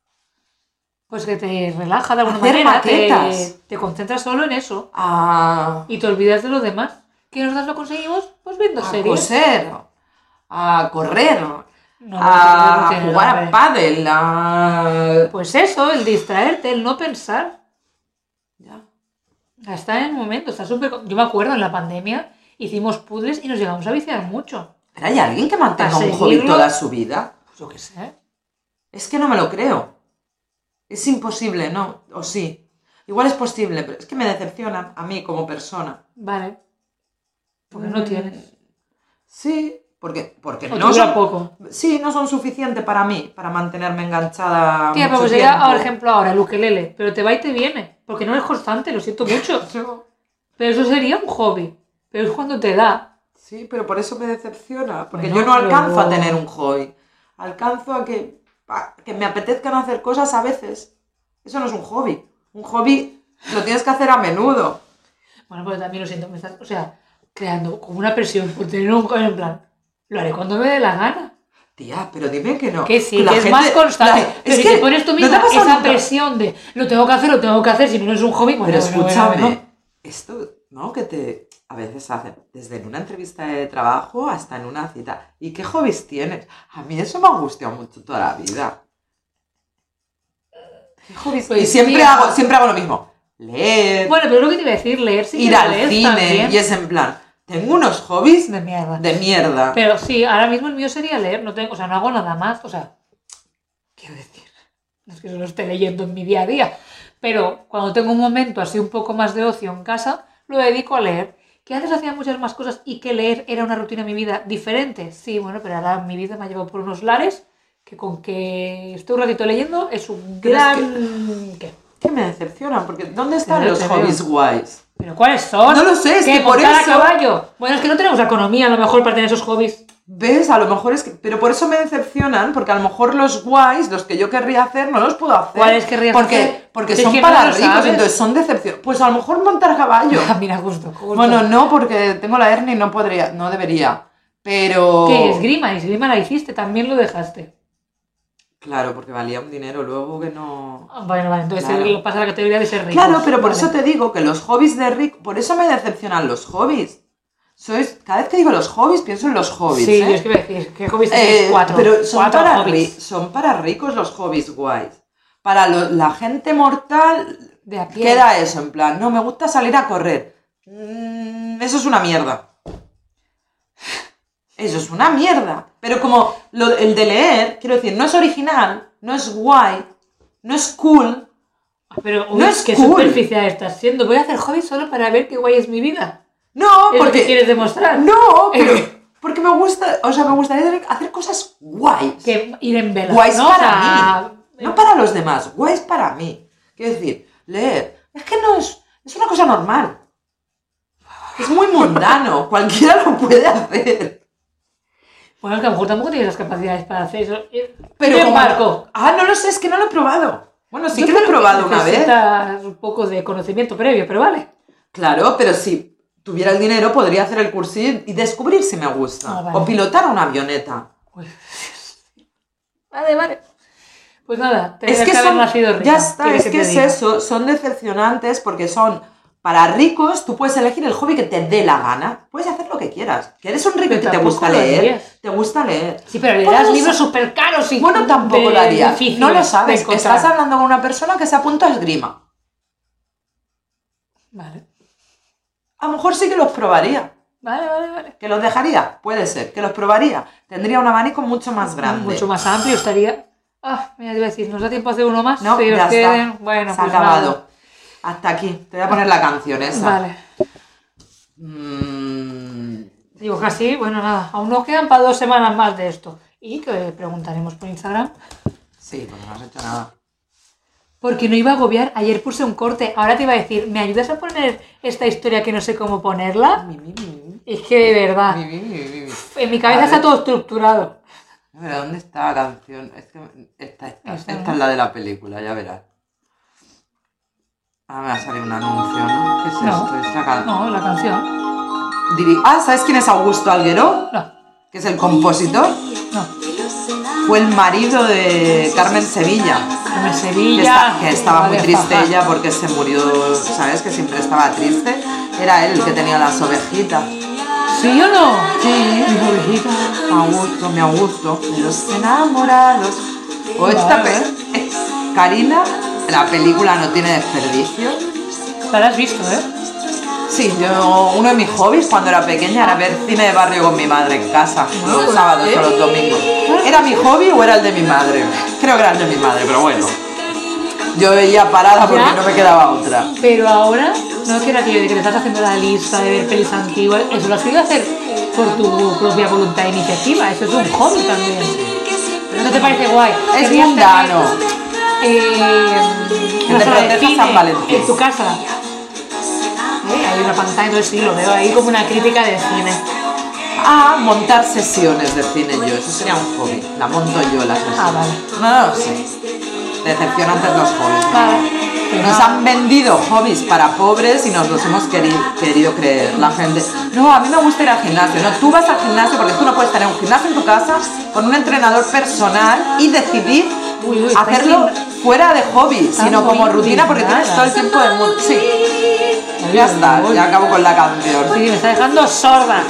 Speaker 2: Pues que te relaja de alguna
Speaker 1: Hacer
Speaker 2: manera, te,
Speaker 1: maquetas.
Speaker 2: te concentras solo en eso
Speaker 1: A,
Speaker 2: y te olvidas de lo demás. ¿Qué nosotras lo conseguimos? Pues viendo
Speaker 1: a
Speaker 2: series.
Speaker 1: coser, a correr,
Speaker 2: No, no, no, no
Speaker 1: a
Speaker 2: tiene
Speaker 1: jugar
Speaker 2: nombre.
Speaker 1: a pádel, a...
Speaker 2: Pues eso, el distraerte, el no pensar.
Speaker 1: Ya.
Speaker 2: Está en el momento, está súper... Yo me acuerdo, en la pandemia hicimos puzzles y nos llegamos a viciar mucho.
Speaker 1: ¿Pero hay alguien que mantenga
Speaker 2: A
Speaker 1: un hobby
Speaker 2: seguirlo.
Speaker 1: toda su vida?
Speaker 2: Pues yo qué sé.
Speaker 1: Es que no me lo creo. Es imposible, ¿no? O sí. Igual es posible, pero es que me decepciona a mí como persona.
Speaker 2: Vale. Porque no
Speaker 1: Mm,
Speaker 2: tienes.
Speaker 1: Sí, porque, porque
Speaker 2: O
Speaker 1: no
Speaker 2: dura
Speaker 1: son...
Speaker 2: poco.
Speaker 1: Sí, no son suficientes para mí, para mantenerme enganchada
Speaker 2: Tía,
Speaker 1: mucho
Speaker 2: pero pues llega,
Speaker 1: tiempo.
Speaker 2: por ejemplo, ahora el ukelele, pero te va y te viene, porque no es constante, lo siento mucho.
Speaker 1: Yo-
Speaker 2: Pero eso sería un hobby, pero es cuando te da.
Speaker 1: Sí, pero por eso me decepciona, porque
Speaker 2: Bueno,
Speaker 1: yo no
Speaker 2: pero-
Speaker 1: alcanzo a tener un hobby. Alcanzo a que, a que me apetezcan hacer cosas a veces. Eso no es un hobby. Un hobby lo tienes que hacer a menudo.
Speaker 2: Bueno, pero también lo siento, me estás, o sea, creando como una presión por tener un hobby en plan, lo haré cuando me dé la gana.
Speaker 1: Tía, pero dime que no.
Speaker 2: Que sí,
Speaker 1: la
Speaker 2: que es
Speaker 1: gente-
Speaker 2: más constante.
Speaker 1: la-
Speaker 2: pero si te pones tú
Speaker 1: ¿no te
Speaker 2: misma
Speaker 1: ha pasado
Speaker 2: esa
Speaker 1: nunca?
Speaker 2: presión de lo tengo que hacer, lo tengo que hacer, si no no es un hobby, bueno,
Speaker 1: Pero
Speaker 2: bueno, bueno,
Speaker 1: escúchame,
Speaker 2: bueno.
Speaker 1: esto, ¿no? Que te a veces hacen desde en una entrevista de trabajo hasta en una cita. ¿Y qué hobbies tienes? A mí eso me ha gustado mucho toda la vida. ¿Qué hobbies?
Speaker 2: Pues
Speaker 1: y siempre
Speaker 2: mira.
Speaker 1: hago, siempre hago lo mismo. Leer,
Speaker 2: Bueno, pero es lo que te iba a decir, leer sí que
Speaker 1: ir al
Speaker 2: lees
Speaker 1: cine.
Speaker 2: también.
Speaker 1: Y es en plan, tengo unos hobbies
Speaker 2: de mierda.
Speaker 1: de mierda.
Speaker 2: Pero sí, ahora mismo el mío sería leer, no tengo, o sea, no hago nada más, o sea, quiero decir, no es que solo esté leyendo en mi día a día, pero cuando tengo un momento así un poco más de ocio en casa, lo dedico a leer, que antes hacía muchas más cosas y que leer era una rutina en mi vida diferente, sí, bueno, pero ahora mi vida me ha llevado por unos lares que con que esté un ratito leyendo es un
Speaker 1: Pero es
Speaker 2: gran... ¿Qué?
Speaker 1: Que me decepcionan, porque ¿dónde están
Speaker 2: Claro,
Speaker 1: los
Speaker 2: te
Speaker 1: hobbies guays?
Speaker 2: ¿Pero cuáles son?
Speaker 1: No lo sé, es
Speaker 2: ¿Qué,
Speaker 1: que por
Speaker 2: montar
Speaker 1: eso-
Speaker 2: a caballo? Bueno, es que no tenemos la economía a lo mejor para tener esos hobbies.
Speaker 1: ¿Ves? A lo mejor es que... Pero por eso me decepcionan, porque a lo mejor los guays, los que yo querría hacer, no los puedo hacer.
Speaker 2: ¿Cuáles querrías
Speaker 1: porque,
Speaker 2: hacer?
Speaker 1: Porque
Speaker 2: Es
Speaker 1: son
Speaker 2: que no
Speaker 1: para
Speaker 2: lo
Speaker 1: ricos,
Speaker 2: sabes.
Speaker 1: entonces son decepciones. Pues a lo mejor montar caballo.
Speaker 2: Mira, [laughs] justo. justo.
Speaker 1: bueno, no, porque tengo la hernia y no podría, no debería. Pero...
Speaker 2: Que esgrima, esgrima la hiciste, también lo dejaste.
Speaker 1: Claro, porque valía un dinero luego que no...
Speaker 2: Ah, Bueno, vale, entonces
Speaker 1: Claro.
Speaker 2: él pasa a la categoría de ser rico.
Speaker 1: Claro, pero por
Speaker 2: Vale.
Speaker 1: eso te digo que los hobbies de Rick... Por eso me decepcionan los hobbies. Sois... Cada vez que digo los hobbies, pienso en los hobbies.
Speaker 2: Sí,
Speaker 1: ¿eh?
Speaker 2: yo es que iba a decir, ¿qué hobbies
Speaker 1: Eh,
Speaker 2: tienes? Este Cuatro.
Speaker 1: Pero son,
Speaker 2: cuatro
Speaker 1: para ri-
Speaker 2: hobbies.
Speaker 1: son para ricos los hobbies guays. Para lo- la gente mortal
Speaker 2: De a pie.
Speaker 1: queda eso, en plan, no, me gusta salir a correr. Mm, eso es una mierda. Eso es una mierda. Pero como lo- el de leer, quiero decir, no es original, no es guay, no es cool.
Speaker 2: Ah, Pero, uy,
Speaker 1: No es
Speaker 2: qué
Speaker 1: cool.
Speaker 2: superficial estás siendo. Voy a hacer hobbies solo para ver qué guay es mi vida.
Speaker 1: No,
Speaker 2: Es lo que
Speaker 1: porque...
Speaker 2: quieres demostrar. [laughs]
Speaker 1: No, pero... Porque me gusta, o sea, me gustaría hacer cosas guays.
Speaker 2: Que ir en vela.
Speaker 1: guays
Speaker 2: ¿no? O
Speaker 1: para
Speaker 2: sea, eh.
Speaker 1: mí, no para los demás, guays para mí. Quiero decir, leer, es que no es, es una cosa normal. Es muy
Speaker 2: [laughs]
Speaker 1: mundano, cualquiera lo puede hacer.
Speaker 2: Bueno, es que a lo mejor tampoco tienes las capacidades para hacer eso. Eh,
Speaker 1: Pero
Speaker 2: Yo
Speaker 1: como-
Speaker 2: marco.
Speaker 1: Ah, no lo sé, es que no lo he probado. Bueno, sí
Speaker 2: Yo
Speaker 1: que lo he
Speaker 2: creo
Speaker 1: probado una vez.
Speaker 2: necesitas un poco de conocimiento previo, pero vale.
Speaker 1: Claro, pero si tuviera el dinero podría hacer el cursillo y descubrir si me gusta.
Speaker 2: Ah, vale.
Speaker 1: O pilotar una avioneta.
Speaker 2: Uy. Vale, vale. Pues nada,
Speaker 1: es
Speaker 2: tenías
Speaker 1: que
Speaker 2: que haber
Speaker 1: son-
Speaker 2: nacido rica.
Speaker 1: ya está,
Speaker 2: ¿quieres
Speaker 1: es que,
Speaker 2: te
Speaker 1: es
Speaker 2: diga?
Speaker 1: eso, son decepcionantes porque son para ricos, tú puedes elegir el hobby que te dé la gana, puedes hacer lo que quieras. Que eres un rico
Speaker 2: Pero
Speaker 1: y que te
Speaker 2: tampoco
Speaker 1: gusta
Speaker 2: lo
Speaker 1: leer,
Speaker 2: harías.
Speaker 1: te gusta leer.
Speaker 2: Sí, pero le
Speaker 1: Bueno,
Speaker 2: das
Speaker 1: no
Speaker 2: libros
Speaker 1: sé.
Speaker 2: súper caros y
Speaker 1: Bueno, tampoco
Speaker 2: de-
Speaker 1: lo harías.
Speaker 2: difíciles
Speaker 1: No lo
Speaker 2: de
Speaker 1: sabes,
Speaker 2: encontrar.
Speaker 1: Pues, estás hablando con una persona que se apunta a esgrima.
Speaker 2: Vale.
Speaker 1: A lo mejor sí que los probaría,
Speaker 2: Vale, vale, vale.
Speaker 1: que los dejaría, puede ser, que los probaría. Tendría un abanico mucho más grande.
Speaker 2: Mucho más amplio estaría. Ah, mira, te iba a decir, ¿nos da tiempo a hacer uno más?
Speaker 1: No,
Speaker 2: Sí,
Speaker 1: ya
Speaker 2: os
Speaker 1: está.
Speaker 2: queden- Bueno,
Speaker 1: Se ha
Speaker 2: pues
Speaker 1: acabado. Hasta aquí. Te voy a poner la canción esa.
Speaker 2: nada. Vale.
Speaker 1: Mm,
Speaker 2: Digo que así, bueno, nada. Aún nos quedan para dos semanas más de esto. Y que preguntaremos por Instagram.
Speaker 1: sí, porque no has hecho nada.
Speaker 2: Porque no iba a agobiar. Ayer puse un corte. Ahora te iba a decir, ¿me ayudas a poner esta historia que no sé cómo ponerla?
Speaker 1: Mi, mi, mi, mi,
Speaker 2: Es que de verdad.
Speaker 1: mi, mi, mi, mi, mi.
Speaker 2: En mi cabeza
Speaker 1: A
Speaker 2: está
Speaker 1: ver.
Speaker 2: todo estructurado.
Speaker 1: Pero ¿dónde está la canción? Es que esta, esta,
Speaker 2: Esta,
Speaker 1: esta
Speaker 2: ¿no?
Speaker 1: es la de la película, ya verás. Ah, me va a salir un anuncio, ¿no? ¿Qué es
Speaker 2: No.
Speaker 1: esto? Es la can-
Speaker 2: No, la canción.
Speaker 1: Diri- Ah, ¿sabes quién es Augusto Alguero?
Speaker 2: No,
Speaker 1: Que es el compositor.
Speaker 2: no.
Speaker 1: Fue el marido de Carmen Sevilla.
Speaker 2: Como en
Speaker 1: Que,
Speaker 2: Sevilla.
Speaker 1: esta- que estaba
Speaker 2: la
Speaker 1: muy
Speaker 2: de
Speaker 1: triste
Speaker 2: Fajá.
Speaker 1: ella porque se murió, ¿sabes? Que siempre estaba triste. Era él el que tenía las ovejitas.
Speaker 2: ¿Sí o no? Sí. Mi pobrecita.
Speaker 1: Augusto, mi Augusto, los enamorados. O esta pe- Karina, la película no tiene desperdicio.
Speaker 2: La has visto, ¿eh?
Speaker 1: Sí, yo uno de mis hobbies cuando era pequeña era ver cine de barrio con mi madre en casa, los sábados o los domingos. ¿Era mi hobby o era el de mi madre? Creo que era el de mi madre, pero bueno. Yo veía parada porque
Speaker 2: ¿Ya?
Speaker 1: no me quedaba otra.
Speaker 2: Pero ahora, no es que era aquello de que te estás haciendo la lista de ver pelis antiguas. Eso lo has querido hacer por tu propia voluntad e iniciativa. Eso es un hobby también. ¿No te parece guay?
Speaker 1: Es
Speaker 2: Querías tener,
Speaker 1: mundano.
Speaker 2: Eh, una
Speaker 1: te
Speaker 2: sala de
Speaker 1: proteja
Speaker 2: cine
Speaker 1: San Valentín.
Speaker 2: En tu casa. Eh, Hay una pantalla, entonces sí, lo veo ahí como una crítica de cine.
Speaker 1: Ah, montar sesiones de cine yo, eso sería un hobby. La monto yo las sesiones.
Speaker 2: Ah, vale.
Speaker 1: No lo sé. Decepcionantes los hobbies.
Speaker 2: Vale. Pues
Speaker 1: Nos
Speaker 2: nada.
Speaker 1: han vendido hobbies para pobres y nos los hemos querido, querido creer. La gente, no, a mí me gusta ir al gimnasio. No, tú vas al gimnasio porque tú no puedes tener un gimnasio en tu casa con un entrenador personal y decidir
Speaker 2: Uy, uy,
Speaker 1: hacerlo
Speaker 2: estáis
Speaker 1: fuera de hobby,
Speaker 2: Estás
Speaker 1: sino
Speaker 2: muy
Speaker 1: como rutina porque tienes todo el tiempo del mundo. Sí,
Speaker 2: Pues
Speaker 1: ya está, ya acabo con la canción.
Speaker 2: Sí, me está dejando sorda.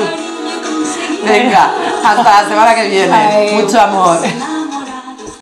Speaker 1: Venga, hasta la semana que viene.
Speaker 2: Ay.
Speaker 1: Mucho amor.